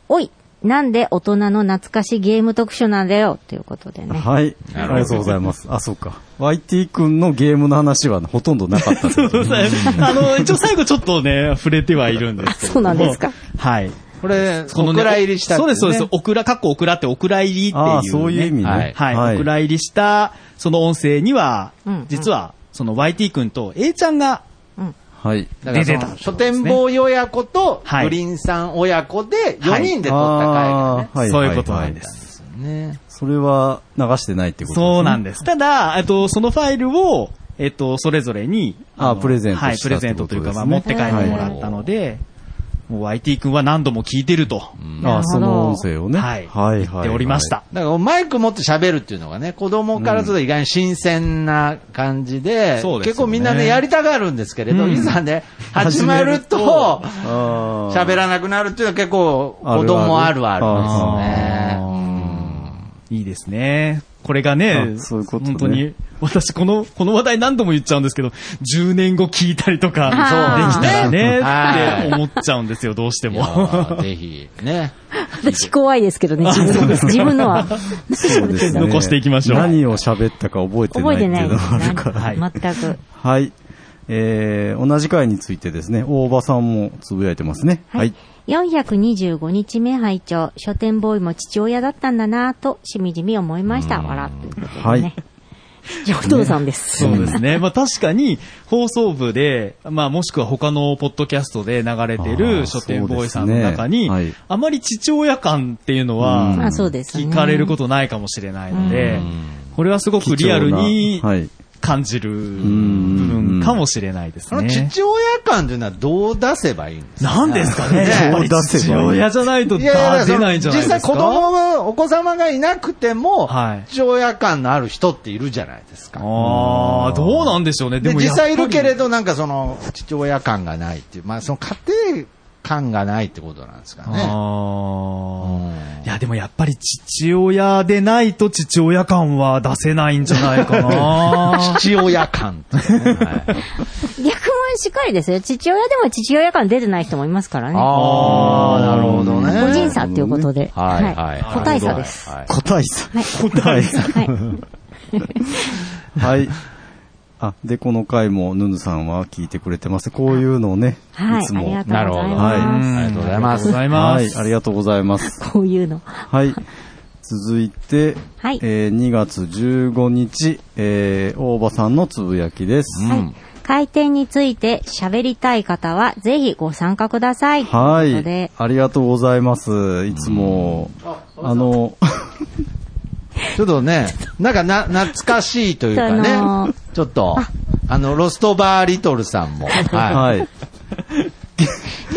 B: おい、なんで大人の懐かしゲーム特集なんだよ。ということでね。
C: はい。ありがとうございます。あ、そうか。YT 君のゲームの話はほとんどなかったですね
E: あの、一応最後ちょっとね、触れてはいるんですけれども
B: あそうなんですか。
E: はい。
D: これ、
E: この
D: お
E: ね
D: 蔵入りしたって
E: そう
D: ね
E: です、そうです。オクラ、かっこオクラってオクラ入りっていう、ね。
C: ああ、そういう意味ね。
D: はい
E: はい。
C: はい
E: お蔵入りした、その音声には、
B: うん
E: 実は、その YT 君と A ちゃんが、
C: はい。
D: だからその
E: 出てた
D: 書店ボーイ親子と、
E: はい
D: グリーンさん親子で4人で撮った回がね
C: あーはい
E: そういうことなんで。
C: はは
E: す。
D: ね。
C: それは流してないってことですね
E: そうなんです。ただ、えっと、そのファイルを、えっと、それぞれに、
C: あ
E: の
C: プレゼント
E: はい、
C: し
E: プ
C: た
E: レゼントという
C: ってこと
E: か、
C: です
E: ま
C: ね
E: あ、持って帰ってもらったので、もう YT 君は何度も聞いてると、
C: ああ、そ
B: なるほど
C: の音声をね。
E: はい、
C: はい、はい。
E: 言っておりまし。た。
D: だからマイク持って喋るっていうのがね、子供からすると意外に新鮮な感じで、
E: そうですよね
D: 結構みんなね、やりたがるんですけれど、
E: うん
D: いざ ね、始まると、
C: ああ。
D: 喋らなくなるっていうのは結構、
C: あるある
D: 子供あるあるですね。
E: いいですね。これがね、
C: あそういうことね
E: 本当に、私この、この話題何度も言っちゃうんですけど、10年後聞いたりとか、
B: あー
E: できたらね、
D: は
E: っ
D: い
E: て思っちゃうんですよ、どうして
D: い
E: も
D: や。ーぜひ、ね。
B: 私怖いですけどね、自分のです。自分のは。
C: そうですね
E: 残していきましょう
C: 何を喋ったか覚えてな
B: 覚
C: い
B: え
C: って
B: て
C: い
B: な
C: う
B: いで
C: のがある
B: す
C: か
B: ね。
C: ら。
E: はい
B: 全く。
C: はい。えー、同じ回についてですね、大場さんもつぶやいてますね。はい。
B: 425日目拝聴書店ボーイも父親だったんだなぁと、しみじみ思いました。笑ということ
C: は
B: で
C: い
B: ね。じゃあ、お父さんです。
E: そうですね。まあ確かに、放送部で、まあもしくは他のポッドキャストで流れて
C: あ
E: る
C: ー
E: 書店ボーイさんの中に、
C: そうですねはい
E: あまり父親感っていうのは、
C: うん
B: まあ、そうですね。
E: 聞かれることないかもしれないので、これはすごくリアル
C: 貴
E: に
C: 重なはい。
E: 感じる部分かもしれないです
D: その
E: ね。
D: 父親感というのはどう出せばいいんですか
E: なんですかね
D: ね
E: やっぱり
C: どう出せ
E: 父
C: ばいい
E: 親じゃないと出ないんじゃないですか
D: 実際子供のお子様がいなくても、
E: はい
D: 父親感のある人っているじゃないですか。
E: ああ、どうなんでしょうね。で
D: で、
E: も
D: 実際いるけれ
E: ど。
D: ど、なんかその、父親感がないっていう、まあその家庭感がないってことなんですかね。
E: ああ。いや、でもやっぱり父親でないと父親感は出せないんじゃないかな。
D: 父親感っていうね、はい
B: 逆もしっかりですよ。父親でも父親感出てない人もいますからね。
D: ああ、なるほどね。
B: 個人差っていうことで。
D: はいはいはい。
B: 個体差です。
D: はい
C: 個体差。
B: はい。
C: はい。
B: はい。
C: はい。あ、で、この回もヌヌさんは聞いてくれてます。こういうのをね、
B: はい
C: いつ
B: あり
C: も
B: がとうご。ざい
C: なるほど
B: ます。
D: ありがとうございます
E: ありがとうござ
C: はいい
E: ま、す。
C: あり がとうございます。
B: こういうの。
C: はい。続いて、
B: はい
C: えー2月15日、えー、大場さんのつぶやきです。
D: うん
B: 回転について喋りたい方は、ぜひご参加ください。
C: は
B: ということ
C: い
B: で。。
C: ありがとうございます。いつも、あの、
D: ちょっとね、なんかな、懐かしいというか
B: あの
D: ね、ちょっと、あの、ロストバーリトルさんも、は
C: はい。
D: い、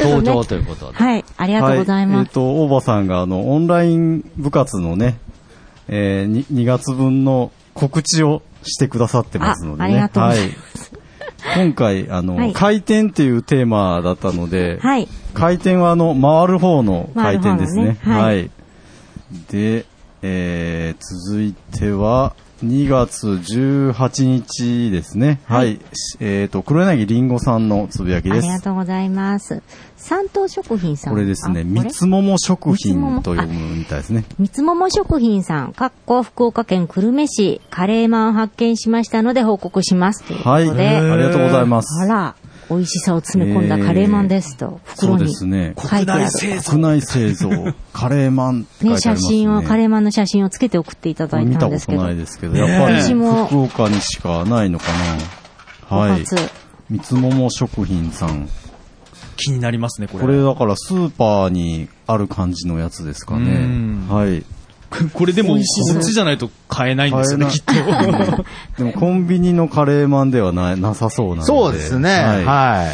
D: 登場ということで。
B: はい。ありがとうござい
C: は
B: ま
C: えっ、
B: す。
C: と、大場さんが、あの、オンライン部活のね、えー、に2月分の告知をしてくださってますの
B: あ
C: でね。
B: ありがとうござい
C: はい。今回、あの、
B: はい
C: 回転っていうテーマだったので、
B: はい。
C: 回転はあの、回る方の回転ですね。
B: 回る方のねは
C: はいい、で、えー、続いては、2月18日ですね。はい。しえっ、と、黒柳りんごさんのつぶやき
B: あ
C: で
B: りが
C: す。
B: とうございます。三島食品さん。
C: これですね、
B: あ
C: 三
B: これ
C: つもも食
B: 三つもも
C: 品というものみたいですね。
B: 三つもも食品さん、かっこ福岡県久留米市、カレーマン発見しましたので報告します。というこ
C: はい。
B: とで、
C: ありがとうございま
B: あ
C: す。
B: ら、美味しさを詰め込んだカレーマンですと、袋に
C: そうですね
B: 書いてある。
C: 国内製造、カレーマンって書
B: ね、
C: いてありますね。
B: 写真を、カレーマンの写真をつけて送っていただい
C: 見
B: た
C: た
B: んで
C: こ
B: す
C: と
B: けど。
C: ないですけど、やっぱり
B: 私も
C: 福岡にしかないのかな。はい。
B: 初
C: 三つもも食品さん。
E: 気になりますね、これ。
C: これだからスーパーにある感じのやつですか
E: うん
C: ね。はい。
E: これでも、こっちじゃないと買えないんですよね、きっと。
C: 買えないでもコンビニのカレーマンではななさそうなので。
D: そうですね。は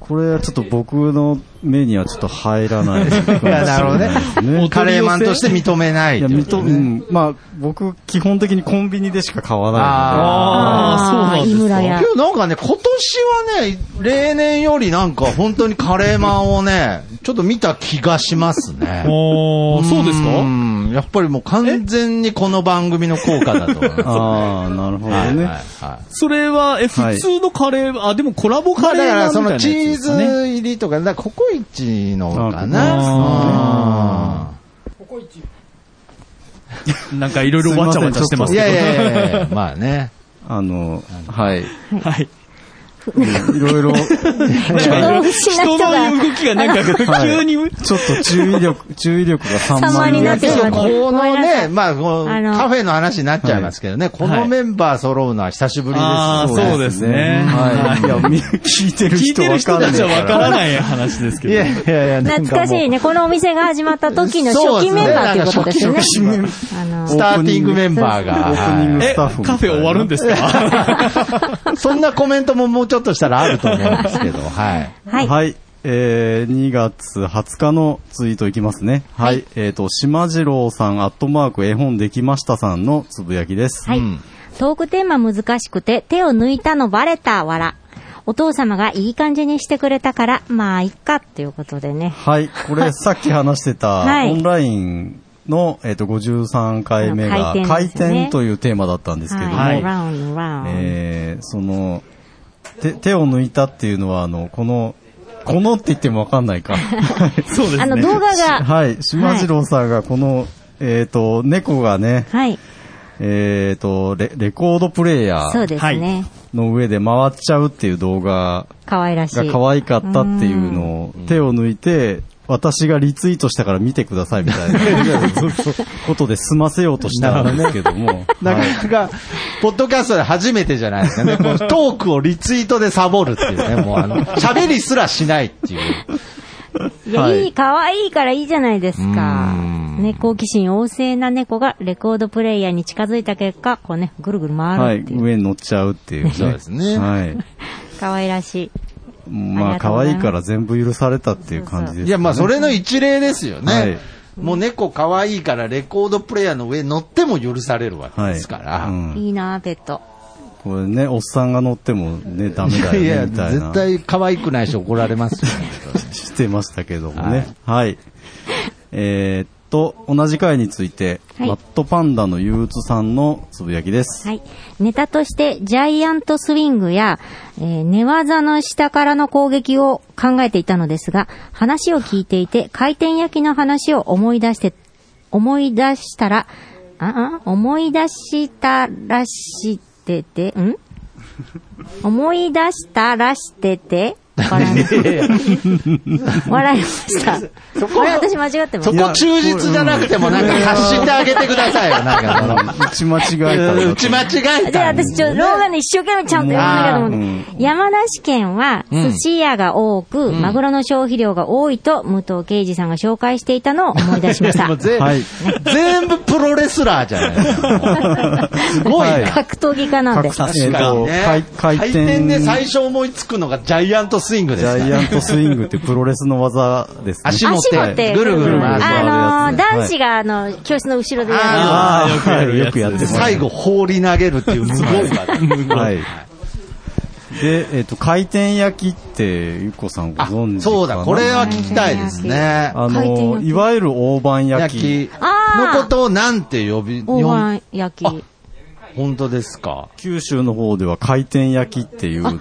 C: これはちょっと僕の目にはちょっと入ら ない。
D: い。いや、なるほどね。
C: ね
D: カレーマンとして認めない
C: い
D: と
C: や、
D: いうね。
C: 認め、うん、まあ、僕、基本的にコンビニでしか買わな
E: ああ、そうなんです
B: 井
E: か
B: 村
D: 今
B: 屋。
D: 日なんかね、今年はね、例年よりなんか本当にカレーマンをね、ちょっと見た気がしますね。
E: おーそうですか
D: んやっぱりもう完全にこの番組の効果だと思い
C: いので。
D: ま
C: ああ、なるほど
D: す。はい
C: ね。
D: はいはい
E: それは、え、
C: はい
E: 普通のカレー、あ、でもコラボ
D: ま
E: カ
D: あだ
E: レ
D: か
E: ー
D: ら
E: な
D: そ
E: み
D: の
E: たいなやつ
D: チ
E: で
D: ー
E: すかね。
D: ズ入りとか、だからココイチのか
C: あ
D: な。
E: なんかいろいろわちゃわちゃしてま
D: うん
E: す
D: い
E: けど。
D: やいやいやいや、まあね。
C: あの、はい。
E: はい。
C: いろいろ、
B: 動不審な
E: 人
B: 人が
E: の動きがなんか、
C: はい
E: 急に、
C: ちょっと注 意力、注意力が散
B: 散漫
C: 漫
B: に
C: に
B: な
C: な
B: っ
C: ってて
B: し
C: し
B: ま
C: ま
B: う
C: う。
D: この
B: ごめんなさ
D: ね、
B: い
D: まあ、こう
B: あの
D: カフェの話になっちゃいますけどね、このメンバー揃うのは久しぶりですよね。
E: ああ、そうですね。
C: はい。い
E: は
C: や、み聞いて
E: い
C: る
E: 聞い
C: 人
E: てる
C: わ
E: 人
C: かんな
E: た
C: い
E: ちはわから
C: い。
E: ない話ですけど。
D: いやいや、なん
B: 懐かし
D: もう
B: いね。このお店が始まった時の初期メンバーっていうことですよね。あの
D: ス、ターティングメンバー
C: オ
D: が。
C: ープニング
E: え、
C: スタ
E: カ
C: ッ
E: フ
C: フ。
E: ェ終わるんですか
D: そんなコメントももうちょっとしたらあると思うんですけど、はい。
B: は
C: はいい。。えー、2月20日のツイートいきますね。はい。えっ、と、島次郎さん、アットマーク、絵本できましたさんのつぶやきです。
B: はい。トークテーマ難しくて、手を抜いたのバレた、わら。お父様がいい感じにしてくれたから、まあ、いっか、っていうことでね。
C: はい。これ、さっき話してた、
B: はい
C: オンラインの、えっ、と、53回目が、
B: あの回
C: 回
B: 転ですよね
C: 転というテーマだったんですけども、
B: はい。ラウンド、ラウンド。
C: えーその、手、手を抜いたっていうのは、あの、この、このって言ってもわかんないか。
E: そうですね。
B: あの、動画が、
C: はい。島次郎さんが、この、えっ、と、猫がね、
B: はい。
C: えっ、とレ、レコードプレイヤ
B: そう
C: ー
B: ですね。
C: の上で回っちゃうっていう動画
B: 可愛らしい。
C: が可愛かったっていうのを手を抜いて、私がリツイートしたから見てくださいみたい なことで済ませようとしたんです けども。
D: な
C: はい
D: かなか、ポッドキャストで初めてじゃないですかね。こうトークをリツイートでサボるっていう ね、もうあの、喋りすらしないっていう。
B: いや、
C: はい
B: いい、可愛いからいいじゃないですか。ね、好奇心旺盛な猫がレコードプレイヤーに近づいた結果、こうね、ぐるぐる
C: は
B: 回る
C: い、
B: っていう。
C: 上に乗っちゃうっていう、ね。
D: そうですね
C: はい。
B: 可愛らしい。
C: ま
B: ありが
C: あ、
B: とう
C: 可
B: ございます
C: 愛いから全部許されたっていう感じです、ね。
D: いや、まあ、それの一例ですよね。
C: はい
D: もう猫可愛いからレコードプレイヤーの上に乗っても許されるわけ
C: はい。
D: ですから。
C: うん
B: いいなぁ、ペット。
C: これね、おっさんが乗ってもね、ダメだ
D: いや
C: よね、
D: い
C: み
D: や、
C: たいな。
D: 絶対可愛くないし怒られますよね。
C: してましたけどもね。はい。えーっと、同じ回について、
B: はい
C: マットパンダの憂鬱さんのつぶやきです。
B: はい。ネタとして、ジャイアントスイングや、えー寝技の下からの攻撃を考えていたのですが、話を聞いていて、回転焼きの話を思い出して、思い出したら、ああ思い出したらしてて、ん思い出したらしてて、笑い笑いました。これ私間違ってます
D: そ。こ忠実じゃなくてもなんか貸してあげてくださいよ、なんかその
C: あの打ち間違えた
D: うん
C: ら
D: 打ち間違え
B: じゃあ
D: た。
B: 私ちょ、老眼で一生懸命ちゃんとやらなきゃと思って。山梨県は寿司屋が多く、マグロの消費量が多いと、武藤敬司さんが紹介していたのを思い出しました。
D: ぜ
C: はい。
D: 全部プロレスラーじゃないで すか。すごい
C: はい
D: な。
B: 格闘技家なんで。
C: 格
D: え
C: え
D: っ
C: ーっと
D: と
C: 回
D: 回
C: 回
D: 転
C: 転
D: で最初思いつくのがジャイアントスイングで
C: ジ
D: すから
C: ャイアントスイングってプロレスの技ですね。
D: 足持っ
B: 足持ってて、
D: ぐるぐる回す。
B: あのー、
C: 回るや
B: 男
C: つね
B: 子があの、教室の後ろでやる。
D: あ
C: あ
E: あー
C: ーはい
E: よ
C: よ
E: く
C: く
E: や
C: や
E: る
C: っ
E: や
C: て
E: つ
C: ます。
D: 最後放り投げるっていうすごい技。
C: はい。で、えーっと、回転焼きって、ゆっこさんご
D: あ
C: 存知か、な
D: そうだ、これは聞きたいですね。
C: あ
B: 回転
C: の、
B: 焼き
C: いわゆる大判焼
D: 焼
C: き。
D: き
B: あー
D: のことをなんて呼び、
B: 大
D: 呼ん
B: 判焼き。
D: 本当ですか。
C: 九州の方では回転焼きっていうら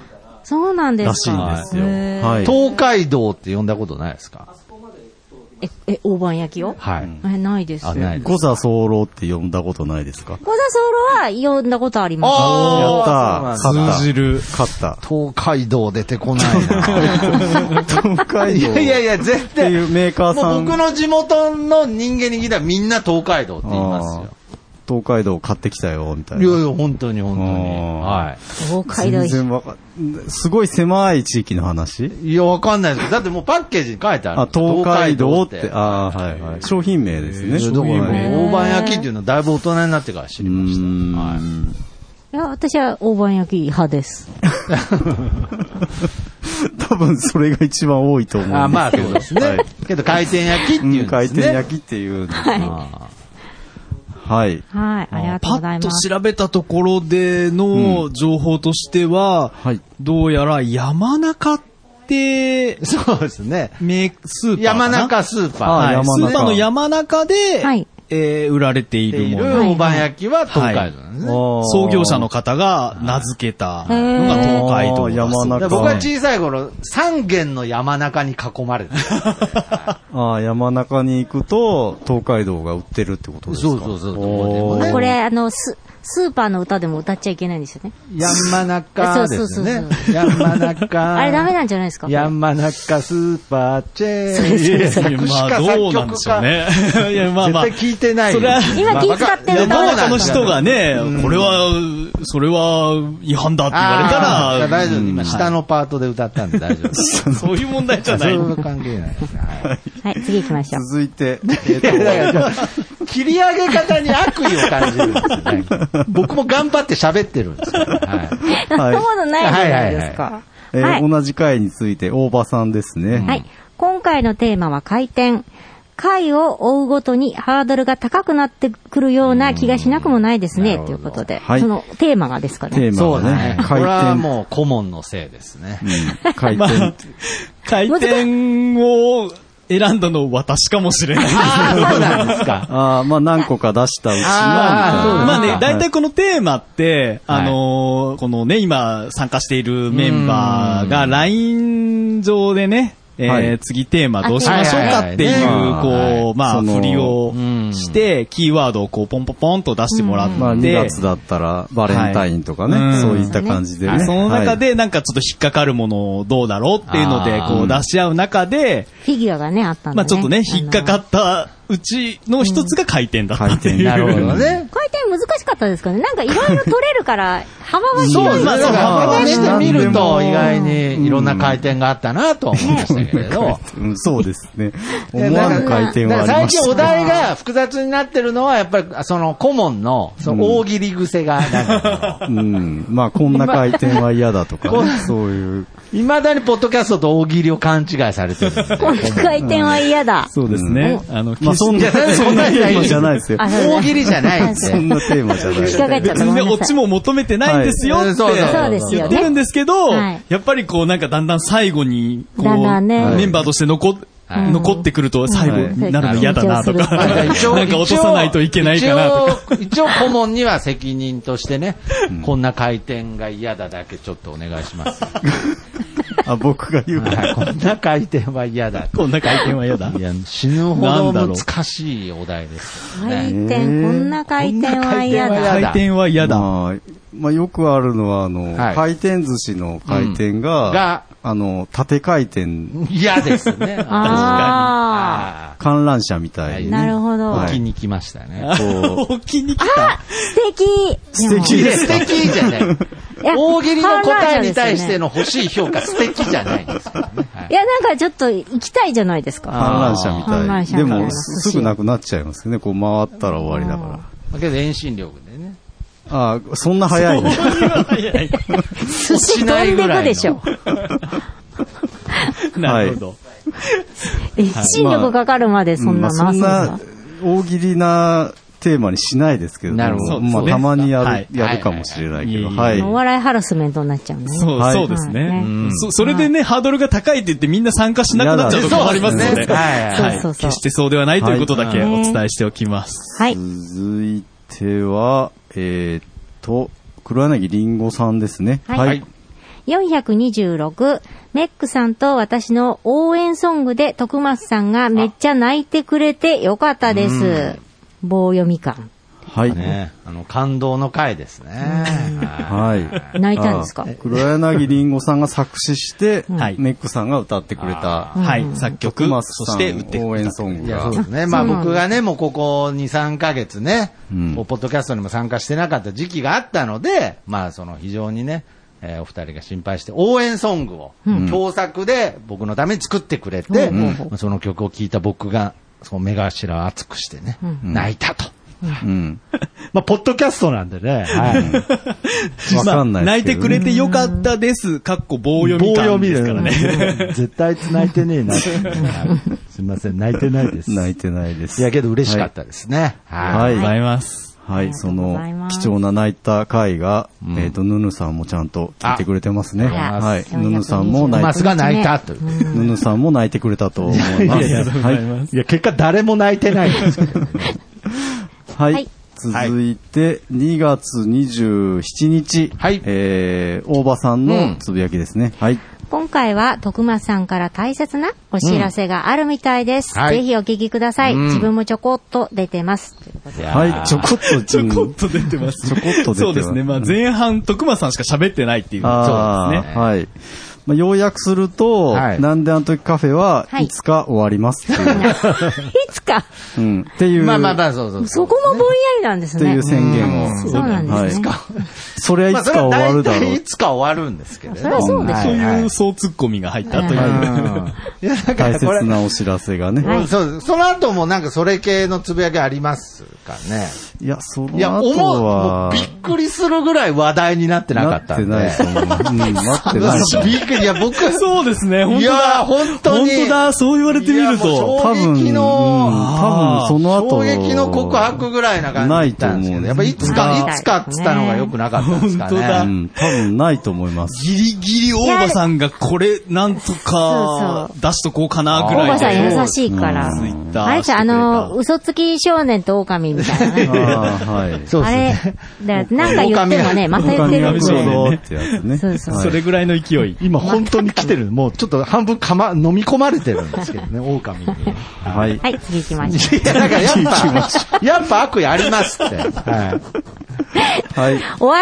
B: そうなんです
C: しいんで
B: か。
C: すよ。
B: へー
C: はい。
D: 東海道って呼んだことないですか
B: え、え、大判焼きを
D: はい。
B: え、ないです。
D: あ、
B: 小座
D: ないです。
C: 五座候って呼んだことないですか
B: ソウロは呼んだことあります。
C: やっ
D: あ
C: たー。
E: 通じる。
C: 勝った。
D: 東海道出てこないな。
C: 東海
D: い
C: 道
D: やいやい
C: っ
D: や、絶
C: て
D: 対。
C: いうメーカーさ。
D: もうん僕の地元の人間に聞いたらみんな東海道って言いますよ。
C: 東海道買ってきたよ、みたい
D: いやい
C: な。
D: や、本当に本当
C: う
D: に。
C: ん
D: は
B: 東海道
C: 全然わかんすごい狭い地域の話
D: い。いや、わかんないです。だってもうパッケージに書いてある。
C: あ、東海道って、あーはいはい。商品名ですね。
E: え
D: だ
E: ー商
D: から
E: 品名
D: 大判焼きっていうのはだいぶ大人になってから知りまし
C: うーん
D: た。は
B: い
D: い。
B: や、私は大判焼き派です。
C: 多分それが一番多いと思うんですけど。
D: あまあそうですね。
C: はい
D: けど回転焼きって
C: う
D: いうんん
C: 回
D: です
C: 転
D: ね。
C: 焼きっていうんです。
B: はい。は
D: あ
C: はい。
B: い。ありがとうござい
E: パッと
B: ます。
E: 調べたところでの情報としては、
C: はい
E: どうやら山中って
D: ー、そうですね。
E: 名スーパーかな
D: 山中スーパー。
C: あ
E: はい、
C: 山
E: ス
C: 中
E: ーパーの山中で、
B: はい
E: えー売られてい
D: って
E: る
D: い
E: も
D: る
E: の。
D: 大判焼きは東海道なんですね。
E: 創業者の方が名付けたのが東海
C: へー
E: 道だそうで
D: だから僕は小さい頃、三軒の山中に囲まれて
C: ああ、山中に行くと、東海道が売ってるってことですか
D: そうそうそう
C: お
D: どこで
C: ー
D: も
B: これ、あの、ス、スーパーの歌でも歌っちゃいけないんですよね。
D: 山中ですね
B: そうそうそう。
D: 山中。
B: あれダメなんじゃないですかこれ
D: 山中スーパーチェーン。
E: いやまあどうなんでしょうね。いやまあまあ。
D: 絶対聞いてないよ。
E: それは
B: 今気使ってる
E: 山
B: 歌を
E: 中の人がね、これは、それは違反だって言われた
D: あー
E: ら、
D: 大丈夫。今、下のパートで歌ったんで大丈夫です。
E: そういう問題じゃ
D: そ
E: ない
D: れ。は関係ないですね。はい
B: はい、次行きま しょう。
C: 続いて、
D: いやいや切り上げ方に悪意を感じるんですよね。僕も頑張って喋ってるんですよ。はい
B: そんなことないじゃないです
D: はい
B: か。
C: えー
B: はい。
C: 同じ回について、大場さんですね。
B: はい。今回のテーマは回転。回を追うごとにハードルが高くなってくるような気がしなくもないですね、ということで。
C: はい
B: そのテーマがですか
C: テ
B: ね。
C: ー
D: そう
C: マが
D: だ
C: ね
D: ね。、こ
C: 回
D: れは
C: 転。
D: もう顧問のせいですね。
C: うん回
E: まあ
C: 転。、
E: 回転を選んだの私かもしれない。
D: ああ、そうなんですか。
C: ああ、まあ何個か出したうちの、みたい
D: あーそう
C: な
D: だ
E: まあね
C: は、い
E: 大体このテーマって、
D: はい
E: あのーこのね、今参加しているメンバーが LINE 上でね、えー
C: はい
E: 次テーマどうしましょうかっていう、
D: あはいはいはいね
E: こう、ま
C: そ
E: あ、
C: の
E: 振りをして、キーワードをこう、ポンポポンと出してもらって、
C: まあ2月だったら、バレンタインとか
E: は
C: ね、
E: い
C: そういった感じでね。
E: その中
C: はい、
E: でなんかちょっと引っかかるものをどうだろうっていうので、
D: あー
E: こう出し合う中で、
B: フィギュアがね、あったんで、ね。
E: まあちょっとね、引っかか
B: っ
E: ったうちの一つが回転だったって いう。
C: うん
D: なるほどね。
B: 回転難しかったですかね。なんかいろいろ取れるから、幅は
D: そう
B: 広い
D: です
B: です
D: ね。だ
B: よ
D: から
C: まあ
D: 話してみると、
C: うん
D: 意外にいろんな回転があったなとは思いましたけれど。
C: うんそうです ね。
D: いや
C: 思わぬ回転はありま
D: だから最
C: し
D: 近お
C: た。
D: 題が複雑になってるのは、やっぱり、その、顧問の、その、大喜利癖が、なんか
C: うん。まあこんな回転は嫌だとかね、そういう。
D: いまだにポッドキャストと大喜利を勘違いされてるんですよ。
B: この回転は嫌だ。
E: そうですね。あの、
C: まあそん
D: い
C: な、
D: やだって
C: そんな
D: 答えない
C: テーマじゃない ですよ。
B: あ
D: 大喜利じゃないん
B: そ
D: で。
B: う
C: そんなテーマじゃないで
B: 引っ
C: す
B: か。かっちゃった。
E: 別
B: ご
E: に
B: め
E: ね、
B: んな
E: オ
B: さ
E: チ
B: い。
E: も求めてないんですよ
D: は
E: っ
D: い
E: て
D: そうそう
B: そうですよ
E: 言
B: ね
E: ってるんですけど、
B: はい
E: やっぱりこうなんかだんだん最後に、こう、
B: だんだんね
E: メンバーとして残っ、
D: はい
E: 残ってくると最後になるの嫌だなとか、
B: は
E: なんか落とさないといけないかなとか。
D: か。一応、一応顧問には責任としてね、こんな回転が嫌だだけちょっとお願いします。
C: あ、僕が言うから。
D: はいこんな回転は嫌だ。
E: こんな回転は嫌だ。
D: いや、死ぬほど難しいお題ですよ
B: 回
D: ね。
B: 転、こんな回転は嫌
D: こんな
B: だ。
E: 回転は嫌だ。
C: まあ、まあ、よくあるのは、あの、
D: はい
C: 回転寿司の回転が、
D: うんが
C: あの、縦回転、
D: 嫌 ですね。
B: あ
D: あ
C: 観覧車みたい
B: あ。
C: に、
B: なるほ
D: あ、
B: ど。
D: 置きに来ましたね。
C: こ
E: 大きに来た。
B: 素敵
C: 素敵
D: いや素敵じゃない。
B: いや
D: 大喜利の答えに対して
B: 観覧車ですよね
D: の欲しい評価、素敵じゃないんですよね。はい
B: いや、なんかちょっと行きたいじゃないですか。
C: 観覧車み
B: 観
C: た
B: 覧
C: いに。
B: 車
C: で
B: みたいな
C: も、すぐなくなっちゃいますよね。こう回ったら終わりだから。
D: だけど遠心力でね。
C: ああ、 そんな早いね。
B: 寿司飛んでくでしょ。
E: なるほど。
B: 遠心力かかるまでそんな
C: まあそ
B: 回す
C: ん
B: んだ
C: な。、大喜利なテーマにしないですけども
D: なるほど
C: ま
E: そう
C: あ、
E: ですね
C: たまにやる、
E: はい
C: やるかもしれないけど、
E: はい
C: はい。
B: お笑いハラスメントになっちゃうね。
E: そう、
C: はい
E: そうです
B: はい
E: ね、
B: うん
E: そ。それでね、ハードルが高いって言ってみんな参加しなくなっちゃうと困りますの
D: そう
E: で、
D: ですねはい
E: はい
B: そうそうそう
E: 決してそうではないということだけお伝えしておきます。
B: はい。
C: 続いては、えーっと、黒柳りんごさんですね。
B: はい426、メックさんと私の応援ソングで徳松さんがめっちゃ泣いてくれてよかったです。棒読み感。
C: はい。
D: ね、あの感動の回ですね。は
C: はい。
B: 泣いたんですか
C: あ黒柳りんごさんが作詞して、
E: はい
C: ネックさんが歌ってくれた。
E: はい、作曲、
C: マスさ
E: そし
C: ん
E: て打ってく
C: 応
E: れ
C: 援
E: た
C: ソン
D: い、い
C: グ
D: や
C: が
D: そう。ですね、まあ、
B: そうなんだ
D: 僕がね、もうここ2、3ヶ月ね、
C: うん
D: こうポッドキャストにも参加してなかった時期があったので、まあ、その非常にね、えーお二人が心配して、応援ソングを、共作で僕のために作ってくれて、
B: うん
D: まあその曲を聴いた僕が、そう目頭を熱くしてね、泣いたと。
C: うん。
D: まあ、ポッドキャストなんで ね、はい。
C: わかんない
E: まあ
C: で
E: 泣い
C: すけ
E: て
C: ど
E: く
C: ね。
E: れてよかったです。かっこ棒読み感ですからね。
D: ね。絶対泣いてねえな。 すみません、泣いてないです
C: 泣いてないです。
D: いやけど嬉しかったですね。
C: はい。
E: ご
C: は
E: ざ
C: い。
E: います。
C: はい、そ
B: ありがとう
C: の
B: ございます
C: 貴重な泣いた回が、えっと、ヌヌさんもちゃんと聞いてくれてますね。
B: あ
C: はい。
B: あら
C: ヌヌさんも
D: い。
C: 泣
D: マ
C: い
D: ス
C: て、
D: が泣いたという。
C: ヌヌさんも泣いてくれたと思います。
D: いやいや
C: はい。
D: いや、結果誰も泣いてないんですけどね。
C: はい。
B: はい
C: 続いて、2月27日、
D: はい
C: えー、大場さんのつぶやきですね。はい。
B: 今回は徳間さんから大切なお知らせがあるみたいです。
D: うんはい
B: ぜひお聞きください。
D: うん
B: 自分もちょこっと出てます。ということで
C: はい、ちょこっと、
E: ちょこ
C: うん
E: っと出てます。
C: ちょこっと出てます
E: そうですね。まあ前半、徳間さんしか喋ってないっていう。
C: あ
E: そう
C: ー
E: ですね。
C: はい。まあ、要約すると、
D: はい
C: なんであの時カフェは
B: はい
C: いつか終わりますっていう、
B: いつか、
C: うん、っていう、
D: まあまあまあ、そうそう。
B: そこもぼんやりなんです
C: ってい
B: ね
C: う。宣言を。
B: そうなんですね。
C: はい。それはい
D: まあ、
C: つ
D: それ
C: か
D: は
C: 終わ
D: 大
C: るだろ。
D: 体いうつか終わるんですけれど。
B: そりゃそうですよ
E: そう
D: はいは
E: う総突っ込みが入ったという。
D: いや、だか
C: 大
D: らこ
C: 切
D: れ、
C: なお知らせがね。
B: はい
D: うんそうですその後もなんかそれ系のつぶやきありますかね。
C: いや、その
D: いや、
C: 後
D: 思う、も
C: は
D: うびっ、くりするぐらい話題になってなか
C: な
D: っ
C: った
D: ん
C: て
D: で。
C: ないと思う。うん、なってないと
D: 嘘
C: 思う
D: びっくり、い や、僕、
E: そうですね。本
D: い
E: 当だ。
D: や、本当に。
E: 本当だ。そう言われてみる
D: いやもう
E: と。
C: 多分、
D: 衝撃の
C: うん多分その後。
D: 衝撃の告白ぐらいな感じだったんですけど、
C: ないと思う
D: やっぱいつ
B: 本当
D: か、
B: だ
D: いつかっつったのが良くなかったんですかね。
E: 本当だ
C: うん、多分ないと思います。
E: ギリギリ大場さんがこれなんとか
B: そう
E: 出しとこうかなぐ
B: 大
E: ら
B: 場
E: い
B: さ
E: で。
B: ん優しいから。
E: ツイッター
B: あれじゃあ、あの、嘘つき少年と狼みたいなね。
C: ああ、はい。
D: そうで
B: あ
D: す
B: れ
D: ね。、
B: だなんか言ってもね、また言って
C: 狼
B: る
C: 学
B: くらい
C: 園ってやつね。
B: そうそう
E: それぐらいの勢い。
D: 今本当に来てる。もうちょっと半分かま、飲み込まれてるんですけど ね、狼に。
C: はい。
B: はい、次行きましょう。
D: いや、だからやっぱ、やっぱ悪意ありますって。はい。
C: はい。
B: お笑い怒ってるじゃないですか。
D: ああ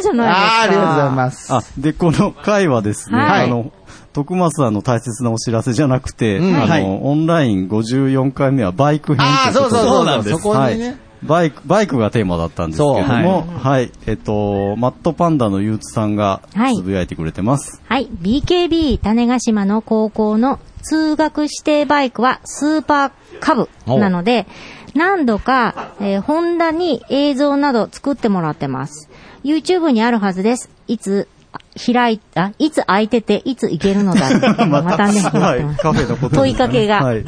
D: ー、ありがとうございます。
C: あ、で、この回はですね、
B: はい
C: あの、徳松さんの大切なお知らせじゃなくて、
D: うん
C: あの、
E: はい
C: オンライン54回目はバイク編
D: ああ、
C: とい
D: そうう
C: こと
D: そう
C: で
E: そ
D: そうう
E: な
D: なんんで
E: で
D: すす。そこにね。
C: バイク、バイクがテーマだったんですけども、
D: そう
C: はい、えっと、マットパンダのゆうつさんが
B: はい
C: つぶやいてくれてます。
B: はい。BKB 種ヶ島の高校の通学指定バイクはスーパーカブなので、何度か、えーホンダに映像など作ってもらってます。YouTube にあるはずです。いつ、あ開い、あ、いつ空いてて、いつ行けるの だ。またね、待って
C: は
B: ま
C: い、
B: す。
C: カフェのこと
B: 問いかけが
C: はい。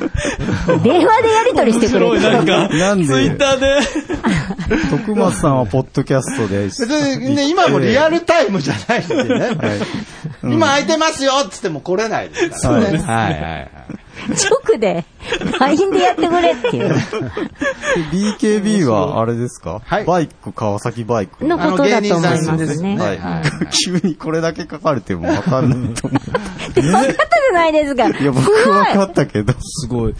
B: 電話でやり取りしてく
E: すご
B: れる。
E: いなんか、ツイ
C: なんで
E: ッターで。
C: 徳松さんはポッドキャストで。
D: 別にね、今もリアルタイムじゃないんで
C: は
D: ね。
C: い。
D: 今空いてますよっつっても来れないですからね。はいはいはい。
B: 直で、LINE でやってくれっていう。
C: BKB はあれですか、
D: はい
C: バイク、川崎バイク。
B: の
D: あ
B: こ
D: の
B: とだ
D: 芸
B: と思
D: 人さ
B: いま
D: んですす
B: ね。
D: ね。
B: わ
C: は
B: か
C: い。 急にこれだけ書かれてもわかんないと思
B: ったじゃないですか。
C: う。いや、僕
B: すごい
C: わかったけど。
E: す ごい。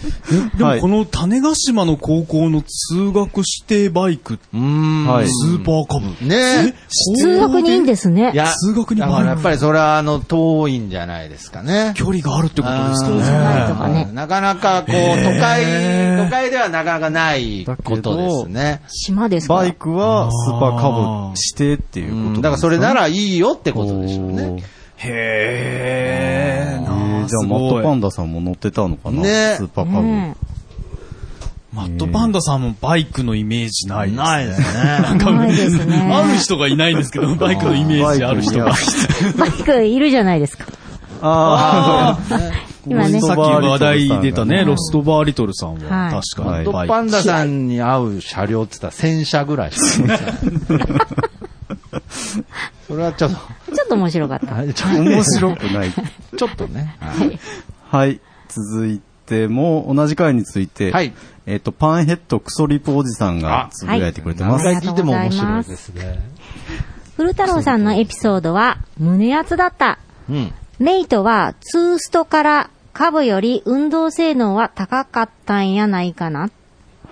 E: で
C: は
E: も
C: い
E: この種ヶ島の高校の通学指定バイクって
D: うーん。
C: はい。
E: スーパーカブ。
D: ね
B: 通学にいいんですね。
D: いや、
E: 数学に
D: だ
E: も
D: か
E: あ
D: ら
E: る
D: やっぱりそれはあの、遠いんじゃないですかね。
E: 距離があるってことですか
D: あー
B: ないとか
E: ね。
B: ね
D: なかなかこう、都会、都会ではなかなかないことですね。
B: 島ですか
C: バ
B: ら
C: イクはスーパーカブ指定っていううこ
D: ん
C: と
D: だからそれな
C: ら、
D: らいいよってことでしょうね。
E: へ
C: え
E: え。
C: ー
E: な
C: じゃあ
E: す
C: マッ
E: ご
C: ト
E: い
C: パンダさんも乗ってたのかな、
D: ね
C: スーパーカブ。
B: ねえ
E: マットパンダさんもバイクのイメージないです。
D: ないですね。
B: ないですね。
E: ある人がいないんです けど、バイクのイメージある人が。
B: バイクいるじゃないですか。
C: ああ、
B: 今ね
E: さっき話題出たね、
C: ロ
E: ロストバーリトルさんは、
B: はい
E: 確か
C: は
E: に
C: い
D: ド
E: バ
D: ッ
E: イク。
D: パンダさんに合う車両って言ったら1000車ぐらいしかないですからそれはちょっと、
B: ちょっと面白かった。
D: あち
C: 面
D: ょ
C: 白くない。
D: ちょっとね。
C: はい。続いても、同じ回について、
D: はい
C: えっ、と、パンヘッドクソリポおじさんがつぶやいてくれてま
D: 何
C: す。
B: はい
D: 回聞いても面白いですね。
B: 古太郎さんのエピソードは、胸熱だった。
D: うん。
B: メイトは、ツーストから、カブより運動性能は高かったんやないかな。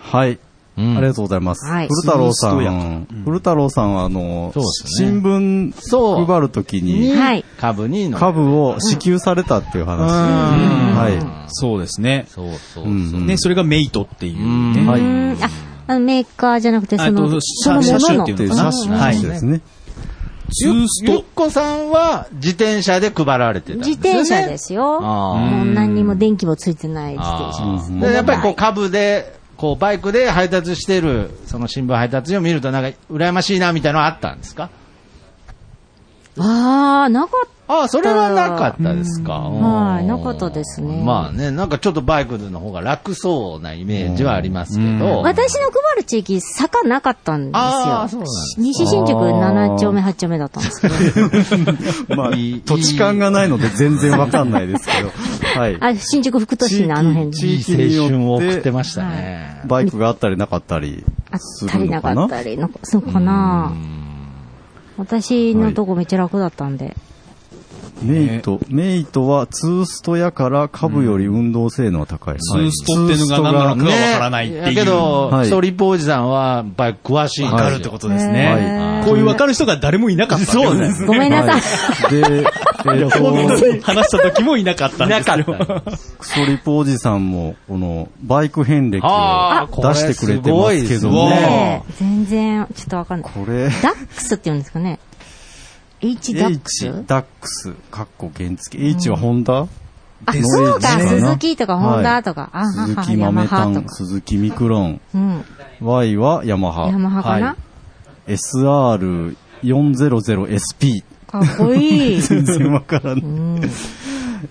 C: はい。
D: うん
C: ありがとうございます。
B: はい
C: 古太郎さ、
E: 涼しそうん
C: 古太郎さんは、あの、
D: そうですね
C: 新聞
D: そう
C: 配るとき
D: に
C: に、
B: はい
D: 株にの。
C: 株を支給されたっていう話。は
E: そうですね。
D: そうそうそう。
C: うん
E: ね、それがメイトっていうね。
D: うん
E: は
B: う
E: い。
B: ん。あ、あのメーカーじゃなくて、そ
E: あと
B: の、その
E: 車
B: もの
E: 種
B: の
E: ってい
C: い。で、
E: う
C: 写真の
E: はい
C: 話ですね。
E: ツース
D: ゆっ
E: ト。
D: こさんは自転車で配られてたんです
B: 自
D: よね。
B: 転車ですよ。
D: あー
B: もう何にも電気もついてない自転車です。
D: あーでやっぱりこう株で、こうバイクで配達してる、その新聞配達員を見るとなんか羨ましいなみたいなのあったんですか
B: ああ、なかっ
D: ああ、それはなかったですか。
B: た。はい、なかったですね。
D: まあね、なんかちょっとバイクの方が楽そうなイメージはありますけど。
B: 私の配る地域、坂なかったんで
D: あー
B: すよ
D: そうなんです。
B: 西新宿7丁目、8丁目だったんですけど。
C: まあ
D: いい、
C: 土地勘がないので全然わかんないですけど、はい。
B: あ、新宿副都心のあの辺
C: 地
B: で。
D: いい青春を送ってましたね。
C: バイクがあったりなかったり
B: あっ
C: す
B: た
C: る
B: り
C: の
B: な
C: か
B: か
C: な
B: ったり、なんかそうかな。私のとこめっちゃ楽だったんで。
C: メイト、メイトはツーストやから株より運動性能は高い。
E: ツーストってのが何なのかはわからないっていう。
D: だけど、
C: はい
D: ストリップおじさんはバイク詳しいんです
E: わ
D: よ
E: かるってことです
C: は
E: ね。
C: い
E: こういうわかる人が誰もいなかった。そうです
B: ごめんなさい。
C: はい。で、えー と、
E: 話した時もいなかったんですよ。
D: いなかっ
C: クソリポおじさんも、この、バイク遍歴
D: あ
C: を
D: ー
C: 出してくれてますけど
E: これすごいですね
C: ね。
B: ねえ全然、ちょっとわかんない。
C: これ、
B: ダックスって言うんですかね ?H ダックス
C: H、ダックス、かっこ原付。H はホンダ
B: あ、
C: の
B: そうか、
C: H かな
B: 鈴木とかホンダとか、あは
C: 鈴
B: は、
C: 木
B: ヤマ
C: 豆
B: ハと
C: 炭、
B: か。
C: 鈴木ミクロン。
B: うん。
C: Y はヤマハ。
B: ヤマハかな
C: はい SR400SP。
B: かっこいい。
C: 全然わからない。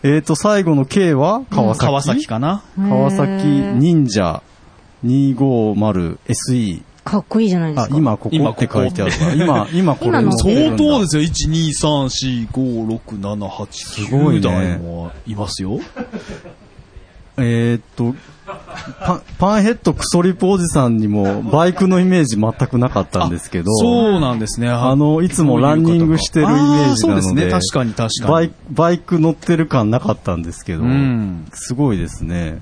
C: えっと、最後の K は川崎。
E: 川崎かな。
C: 川崎忍者 250SE。
B: かっこいいじゃないで
C: あ
B: す、か。
C: 今ここって書いてあるから。 今、今これ。
B: 今の
E: 相当ですすよ。1、2、3、4、5、6、7、8、
C: すごい
E: 9
C: ね
E: 台もいますよ。
C: えーっと、パンパンヘッドクソリポおじさんにもバイクのイメージ全くなかったんですけど、
E: そうなんですね。
C: あの、いつもランニングしてるイメージな
E: あーそう
C: ので、
E: ですね確かに確かに
C: バイバイク乗ってる感なかったんですけど、
E: うん
C: すごいですね。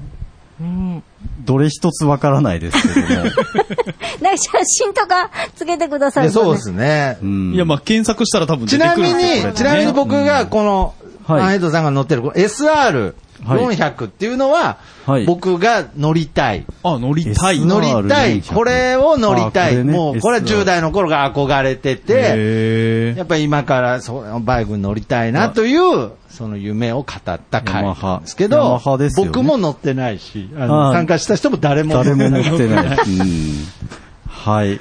B: ね
C: どれ一つわからないですけども。
B: なんか写真とかつけてください、
D: いやそうですね。
C: うん
E: いや、まあ、検索したら多分出
D: ち
E: て
D: な
E: くる
D: み
E: んですよ
D: に、ちなみに、僕がこの、
C: うんはい
D: アンヘッドさんが乗ってるこの SR400 っていうのは
C: はい、
D: 僕が乗りたい。
E: これねあ、乗りたい。
C: SR
D: 乗りたい。
C: 400
D: これを乗りた
C: あこ
D: い。
C: れね
D: もう、これは
C: SR
D: 10代の頃が憧れてて、
C: へー
D: やっぱり今からそのバイクに乗りたいなという、その夢を語った回なんですけ
C: ヤマ
D: ど
C: ハですよね
D: 僕も乗ってないし、あの
C: あー
D: 参加した人も誰も
C: 誰も乗って
D: い。
C: ない。うんはい。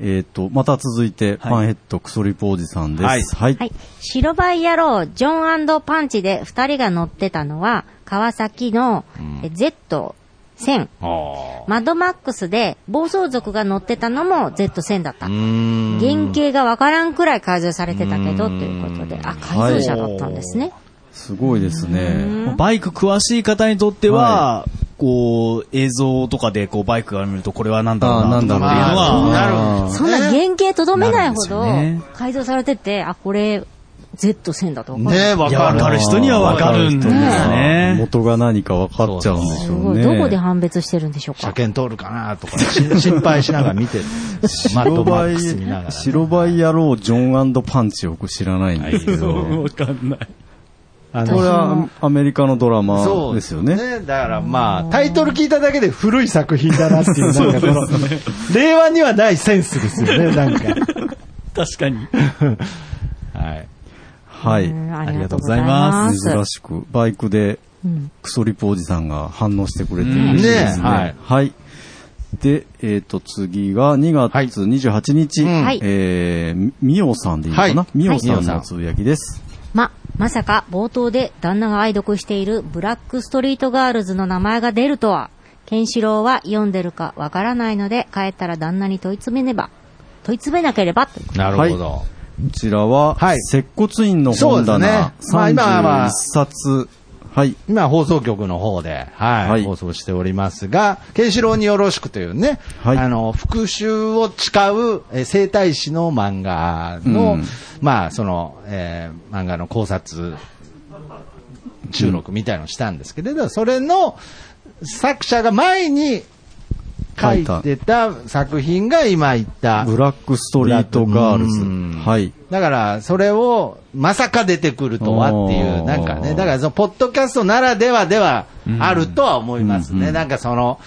C: えっと、また続いて、パンヘッドクソリポおじさんです。はい。
B: はい。白バイ野郎、ジョンパンチで二人が乗ってたのは、川崎のえ Z1000。マドマックスで暴走族が乗ってたのも Z1000 だった。原型がわからんくらい改造されてたけど、ということで。あ、改造車だったんですね。
C: すごいですね。
E: バイク詳しい方にとっては、こう、映像とかで、こう、バイクが見ると、これは何だろうな、
C: あー
E: と
C: なんだ
E: か
C: ろう
E: っていうの
D: まあ
E: は、
D: なるほど。
B: そんな原型とどめないほど
E: なるんですよね
B: 改造されてて、あ、これ Z1000 だとわかる。
D: ねわ
E: いや、
D: か
E: わ
D: る。
E: かる人にはわかるんですね。
C: 元が何か分かっちゃうんでし
B: す
C: ょう
B: ご
C: ね。
B: い。どこで判別してるんでしょう
D: 車
B: か。
D: 検通るかなとか、し 心配しながら見て る。マッ
C: 白
D: ドマ
C: バ
D: ックス見ながら
C: イ、。白バイ野郎、ジョンパンチを僕知らないんですけど、こ
E: わかんない。
D: あ
C: れ
D: の
C: はアメリカのドラマですよね。
D: だからまあ、タイトル聞いただけで古い作品だなっていう、なんかこの、令和にはないセンスですよね、なんか。
E: 確かに。
D: はい。
C: はい。
B: うん
E: ありがとうございま
C: 珍しく、バイクでクソリポおじさんが反応してくれてる
D: うん
C: んですね。
D: ねはい
C: はい。で、えっ、と、次が2月28日、
D: はい
B: うんはい
C: えー、みおさんでいいのか
D: は
C: ないみお、
D: は
C: さ
D: い
C: んのつぶやきです。
B: ま、まさか冒頭で旦那が愛読しているブラックストリートガールズの名前が出るとは、ケンシロウは読んでるかわからないので、帰ったら旦那に問い詰めねば、問い詰めなければということ
D: なるほど。
C: こちらは、
D: はい
C: 接骨院の本
D: そうですね
C: 棚、
D: まあ今はまあ
C: 31冊、はい。
D: 今、放送局の方で、はい、
C: はい
D: 放送しておりますが、ケンシロウによろしくというね、
C: はい
D: あの、復讐を誓う、えー生態師の漫画の、
C: うん
D: まあ、その、えー漫画の考察収録みたいのをしたんですけれど、それの作者が前に、書いてた作品が今言った。
C: ブラックストリートガールズ
D: うん。
C: はい。
D: だから、それを、まさか出てくるとはっていう、
C: おー
D: なんかね、だから、その、ポッドキャストならではでは、あるとは思います
C: うんう
D: ね。
C: ん
D: なんかその、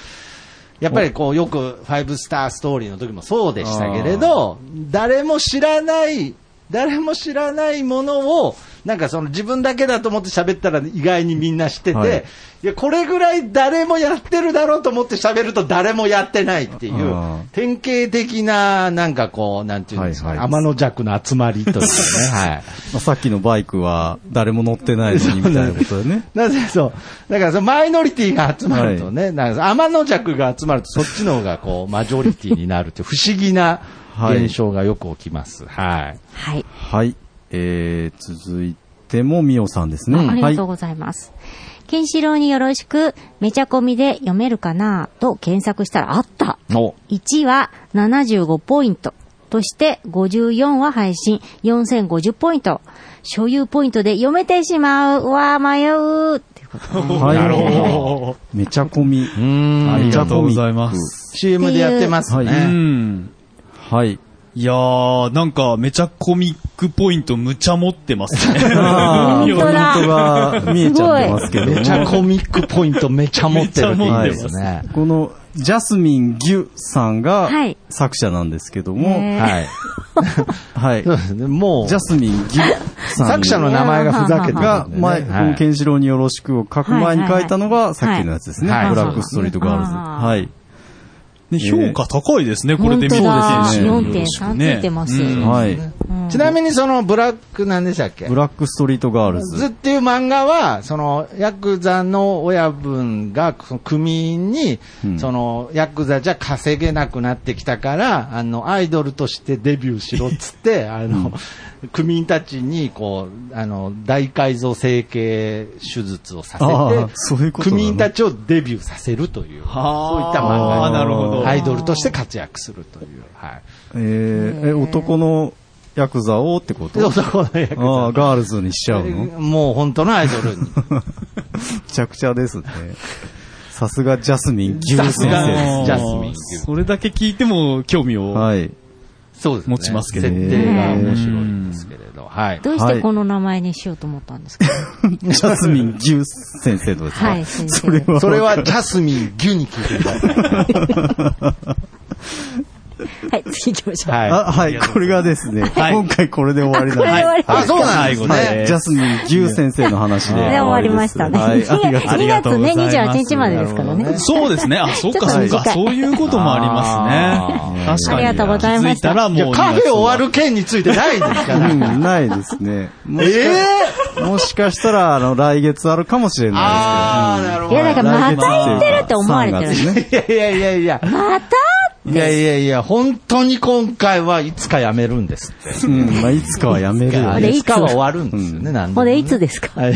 D: やっぱりこう、よく、ファイブスターストーリーの時もそうでしたけれど、誰も知らない、誰も知らないものを、なんかその自分だけだと思って喋ったら意外にみんな知ってて、
C: はい
D: い、や、これぐらい誰もやってるだろうと思って喋ると誰もやってないっていう
C: あー、
D: 典型的な、なんかこう、なんていうんですか、
C: はいはい
D: 天の弱の集ま りというかね、はい。
C: まあ、さっきのバイクは誰も乗ってないのにみたいなことだね。
D: なぜそう。だからそのマイノリティが集まるとね、なんか天の弱が集まるとそっちの方がこう、マジョリティになるという不思議な
C: はい
D: 現象がよく起きます。はい。
B: はい。
C: はい。えー、続いてもみおさんですね。
B: あありがとう
C: は
B: ございます。ケンシロウによろしく、めちゃこみで読めるかなと検索したらあった。
D: お
B: 1は75ポイント。として54は配信4050ポイント。所有ポイントで読めてしまう。うわー迷う。っていうこと
C: い。はい。
E: なるほど。
C: めちゃこみ。
D: うん。
E: ありがとうございま
C: めちゃこみ
E: す。
D: CM でやってますね。
C: は
E: う
C: い
E: ん。
C: はい。
E: いやー、なんか、めちゃコミックポイント、むちゃ持ってますね。
C: あ ー
B: 本当だ
C: ポイントが見えちゃってますけども。
D: めちゃコミックポイントめちゃ持ってるっていいです
E: め
D: ね。
C: この、ジャスミン・ギュさんが
B: はい
C: 作者なんですけど
B: ね
C: も、
B: え
D: は
C: は
D: い。
C: い。
D: そう
C: ジ
D: ですね。もう
C: ャ、スミン・ギュさん
D: 作者の名前がふざけてるんでね
C: が、前、こ
D: は
C: の
D: い
C: ケンシロウによろしくを書く前に書いたのが、さっきのやつですね。
D: はいはい
C: ブラックストリートガールズ。
B: あー
C: はい。
E: ね評価高いですね、これで見
B: 本当だ
E: てみると
B: 4.3ついてます
E: うん
C: はい。
B: うん
D: ちなみにそのブラックなんでしたっけ
C: ブラックストリートガール
D: ず
C: ズ。
D: っていう漫画は、その、ヤクザの親分が、その組員に、
C: うん
D: その、ヤクザじゃ稼げなくなってきたから、あの、アイドルとしてデビューしろっつって、あの、組員たちに、こう、あの、大改造整形手術をさ
C: あ
D: せ
C: あ
D: て、
C: そういうことだね
D: 組員たちをデビューさせるという、
E: はあ
D: そういった漫
E: ああなるほ
D: 画
E: ど
D: で、アイドルとして活躍するという、はい。
C: えーえ、男のヤクザをってこと
D: で、男 のヤクザ。
C: ああ、ガールズにしちゃうのめ
D: もう本当のアイドルに。
C: ちゃくちゃですね。さすがジャスミン・ギュ先
D: さすが
C: 生
D: ね
C: です
D: ジャスミンっていう
E: それだけ聞いても興味を。
C: はい。
D: そうですね。
E: 持ちますけど
D: 設定が面白いんですけれど。はい。
B: どうしてこの名前にしようと思ったんですか
C: ジャスミン・ギュ先生とですか
B: はい先生
C: それは。
D: それはジャスミン・ギュに聞いてください。
B: はい、次行きましょう。
D: はい。
C: あ、はい、これがですね、
E: はい
C: 今回これで終わりなん
B: これで終わり
C: で
B: です
D: あ、そうなんです
E: り
D: ね。
E: はい
C: はい。ジャスミン・ギュ先生の話で。
B: で 終わりましたね。
C: はい、ありがとう
E: ありがとうございます
B: 2月ね、28日までですから
D: なるほど
B: ね
D: ね。
E: そうですね。あ、そうか、そ う
B: ちょっと短
E: か。
B: い
E: そういうこともありますね。確かに。
B: ありがとうございまし
E: 気づいた
B: た
E: ら
D: いや
E: もう。
D: カフェ終わる件についてないですか
C: う
D: ら。
C: ん、ないですね。もしか
D: え
C: もしかしたら、あの、来月あるかもしれない
D: あー、なる
B: いや、だか
C: ですけど。
B: らまた
C: 行
B: 行ってるって思われてる。
C: ね。
D: いやいやいやいや。
B: また
D: いやいやいや、本当に今回はいつかやめるんですって。
C: うん、まあ、いつかはやめるよ
D: あ
B: こ
D: れ
B: れ
C: ね。
D: いつかは終わるんですよね、なんで
B: こ
D: もね。
B: れいつですか
D: はい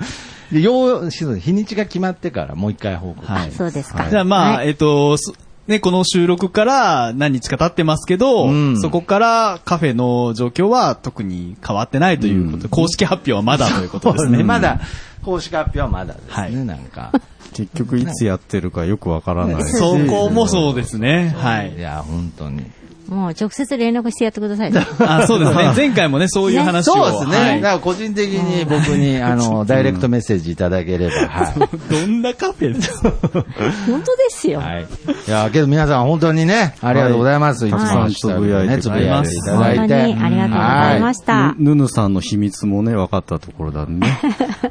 D: でよう、日にちが決まってからもう一回報告。
E: はい。
B: そうですか。
E: じゃあまあ、
B: は
E: えっと、そね、この収録から何日か経ってますけど、
D: うん
E: そこからカフェの状況は特に変わってないということで、公式発表はまだということですね。
D: まだ、公式発表はまだです
E: はい
D: ね、なんか。
C: 結局いつやってるかよくわからないし。
E: そこもそうですね。はい
D: い。や、本当に。
B: もう直接連絡してやってください。
E: あそうですね。前回もね、そういう話を。
D: そうですね。
E: はい
D: だから個人的に僕に、あの、ダイレクトメッセージいただければ。は
E: どんなカフェですか
B: 本当ですよ。
D: い。いや、けど皆さん本当にね、ありがとうございます。いつも
C: はい
D: つぶやいて
C: はい
D: つぶやいていた
B: 本
D: だ
B: 当
D: い
B: に
D: て。
B: ありがとうございました。
C: ぬぬさんの秘密もね、分かったところだね。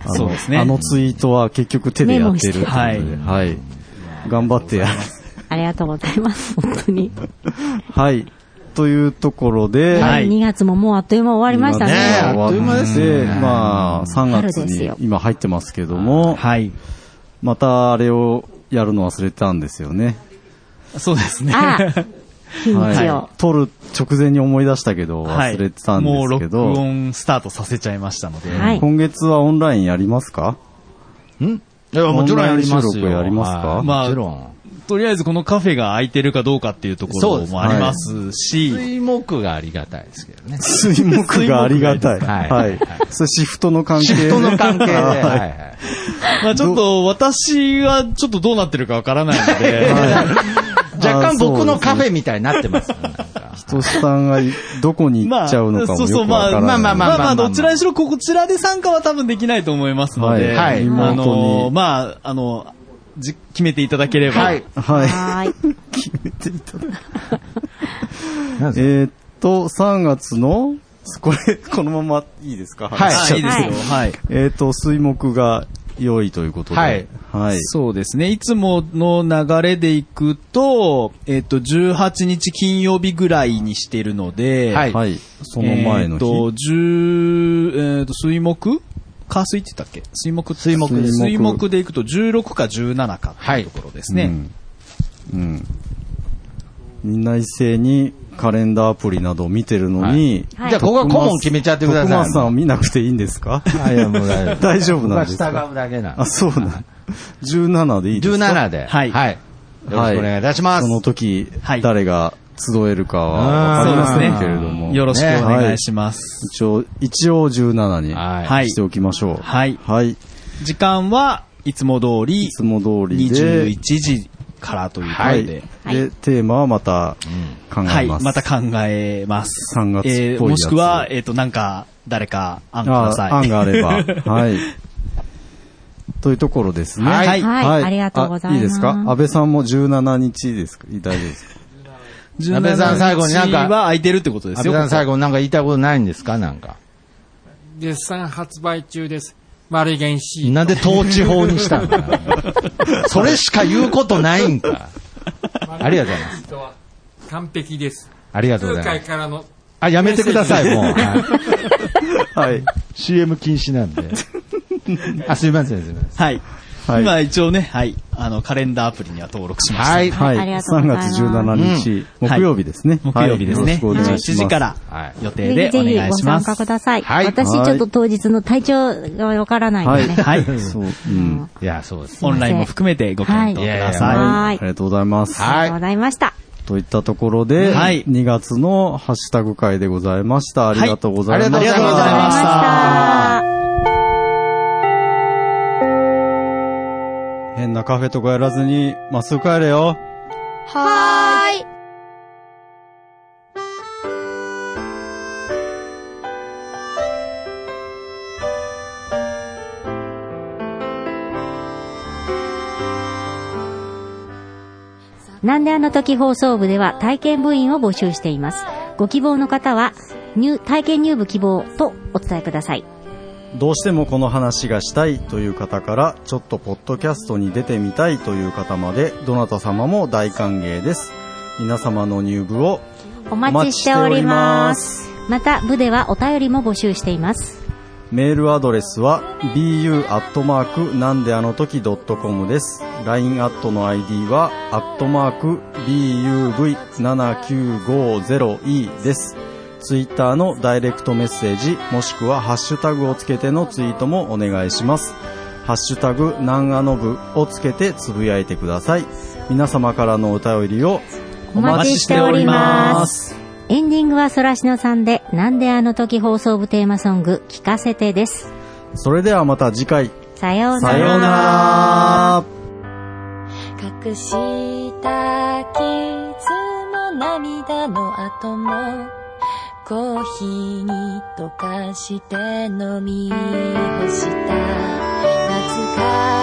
C: あの
E: そうですね
C: あのツイートは結局手でやってるっていうことで。は
E: メモして
C: い。はい頑張ってやる。
B: ありがとうございます。本当に。
C: はい。というところで、
E: はい
B: 2月ももうあっという間終わりました
C: ね
B: ね。
C: 終わ
D: あっという間ですね
C: でまあ、3月
B: 春です
C: に
B: よ
C: 今入ってますけども、
E: はい。
C: またあれをやるの忘れたんですよね。
E: そうですね。
B: あ日にちを
C: は。い。撮る直前に思い出したけど、
E: はい。
C: 忘れてたんで
E: もう
C: すけ
E: 録
C: ど、
E: 音スタートさせちゃいましたので。
B: はい
C: 今月はオンラインやりますか
D: んいや、もちろんやります
C: オンライン収録
D: よ。
C: やりますか
D: はい
E: まあ
D: もちろん。
E: とりあえずこのカフェが空いてるかどうかっていうとこ
D: そう
E: ろ
D: です
E: もありますし、
D: 水木がありがたいですけどね。
C: 水木がありがたい。
D: 水木がいいです
C: は。
D: はいい
C: それシフトの関係
D: シ
C: で。
D: フトの関係で。 はい
C: は。
D: はいい
E: まあちょっと私はちょっとどうなってるかわからないので、
D: 若干僕のカフ
C: ェ。
D: ェみたいになってますね。なんか
C: としさんがどこに行っちゃうのかもよくわからない。
D: まあまあまあまあまあ
E: まあまあ、どちらにしろ、こちらで参加は多分できないと思いますので、
D: はいはい
E: あ
C: リモート
E: の、
C: に
E: まあ、あの、じ決めていただければ。
D: はい。
C: はい。
B: はーい。
C: えーっと、3月の、これ、このままいいですか
D: はい
E: あいいですよ。はい。
C: えーっと、水木が良いということで。
D: はい。
C: はい。
E: そうですね。いつもの流れでいくと、えっ、と、18日金曜日ぐらいにしてるので、
D: はい
C: はい。その前の
E: え
C: 日。
E: っ、と、10、えっ、と、水木火水って言ったっけ水木水
C: 木
E: 水木
C: 水木
E: でいくと16か17かっていうところですね。
C: うん。うん。みんな一斉にカレンダーアプリなどを見てるのに、
B: はい
D: じゃあ、ここは顧問決めちゃってくださ
C: 徳
D: い。
C: 松さんを見なくていいんですか
D: いや、もう大丈夫。
C: 大丈夫なんです
D: 僕は
C: か
D: 従うだけなんで
C: あ、そうなん。17でいいですか
D: 17で。
E: はい
D: はい。よろしくお願いいたしま
C: そ。
D: す
C: の時、
E: はい
C: 誰が集えるかは分かりませんけれども。
E: よろしくお願いし
C: ま
E: ます。
C: す。一応、一応17に
D: はい
C: しておきましょう。
E: はい
C: はい。
E: 時間はいつも通り
C: いつも通りで。
E: 21時からというこ
C: は
E: と
C: い。
E: で
C: で、、テーマはまた考えます。
E: はい、また考えます。
C: 3月っぽいやつ
E: えーもしくは、えっ、と、なんか、誰か案ください。
C: あ案があ れば。はい。というところですね。
E: はい
B: はいありがとうございます
C: あいいですか安倍さんも17日ですか大丈夫ですか
E: 17
D: 安倍さん最後になんか
E: 日は空いてるってことで
D: 安
E: すよ。
D: 倍さん最後なんか言いたいことないんですかなんか。
F: 絶賛発売中です。丸源 C。
D: なんで統治法にしたんだ それしか言うことないんか。ありがとうございます
F: す。完璧です。
D: ありがとうご
F: 空
D: ざいま
F: 海
D: す。
F: からの
D: あ、やめてください、 もう。はい
C: はい。
D: CM 禁止なんで。あ、すいません、すいません。
E: はい。
C: はい
E: 今一応ね、はい、あの、カレンダーアプリには登録しました。
D: はい。
C: はい。
B: ありがとうございます
C: 3月17日、
E: うん
C: 木曜日ですね。
E: 木曜日です
C: は
E: ね。
C: いよろしくお願
E: 11
C: いします
E: 時から
D: はい
E: 予定
B: ぜ
E: で
B: ひ
E: お
B: ぜひ
E: 願い
B: ご
E: しま
B: 参
E: す
B: 加。ください。
D: はい
B: 私ちょっと当日の体調がわからないの
C: は
B: で
C: い。
B: ね。
E: はい
C: そう。うん。
D: いや、そうです。
E: オンラインも含めてご検討ください。
B: はい
C: ありがとうございます。
B: ありがと
D: はい
B: うご。ざいました。
C: といったところで、
E: はい
C: 2月のハッシュタグ会でございました。ありがとうございました。
D: はいありがとうございました
B: ありがとうございました。
C: 変なカフェとかやらずに、まっすぐ帰れよ。
B: なんであの時放送部では体験部員を募集しています。ご希望の方は、入、体験入部希望とお伝えください。
C: どうしてもこの話がしたいという方から、ちょっとポッドキャストに出てみたいという方まで、どなた様も大歓迎です。皆様の入部を
B: お待ちしております。また、部ではお便りも募集しています。
C: メールアドレスは bu アットマークなんであの時 .com です。LINE アットの ID はアットマーク buv7950e です。ツイッターのダイレクトメッセージもしくはハッシュタグをつけてのツイートもお願いします。ハッシュタグなんあの部をつけてつぶやいてください。皆様からのお便りを
B: お待ちしております。エンディングはそらしのさんで、なんであの時放送部テーマソング、聞かせてです。
C: それではまた次回。
B: さようなら。
C: さようなら。
G: 隠した傷も涙の後もコーヒーに溶かして飲み干した懐か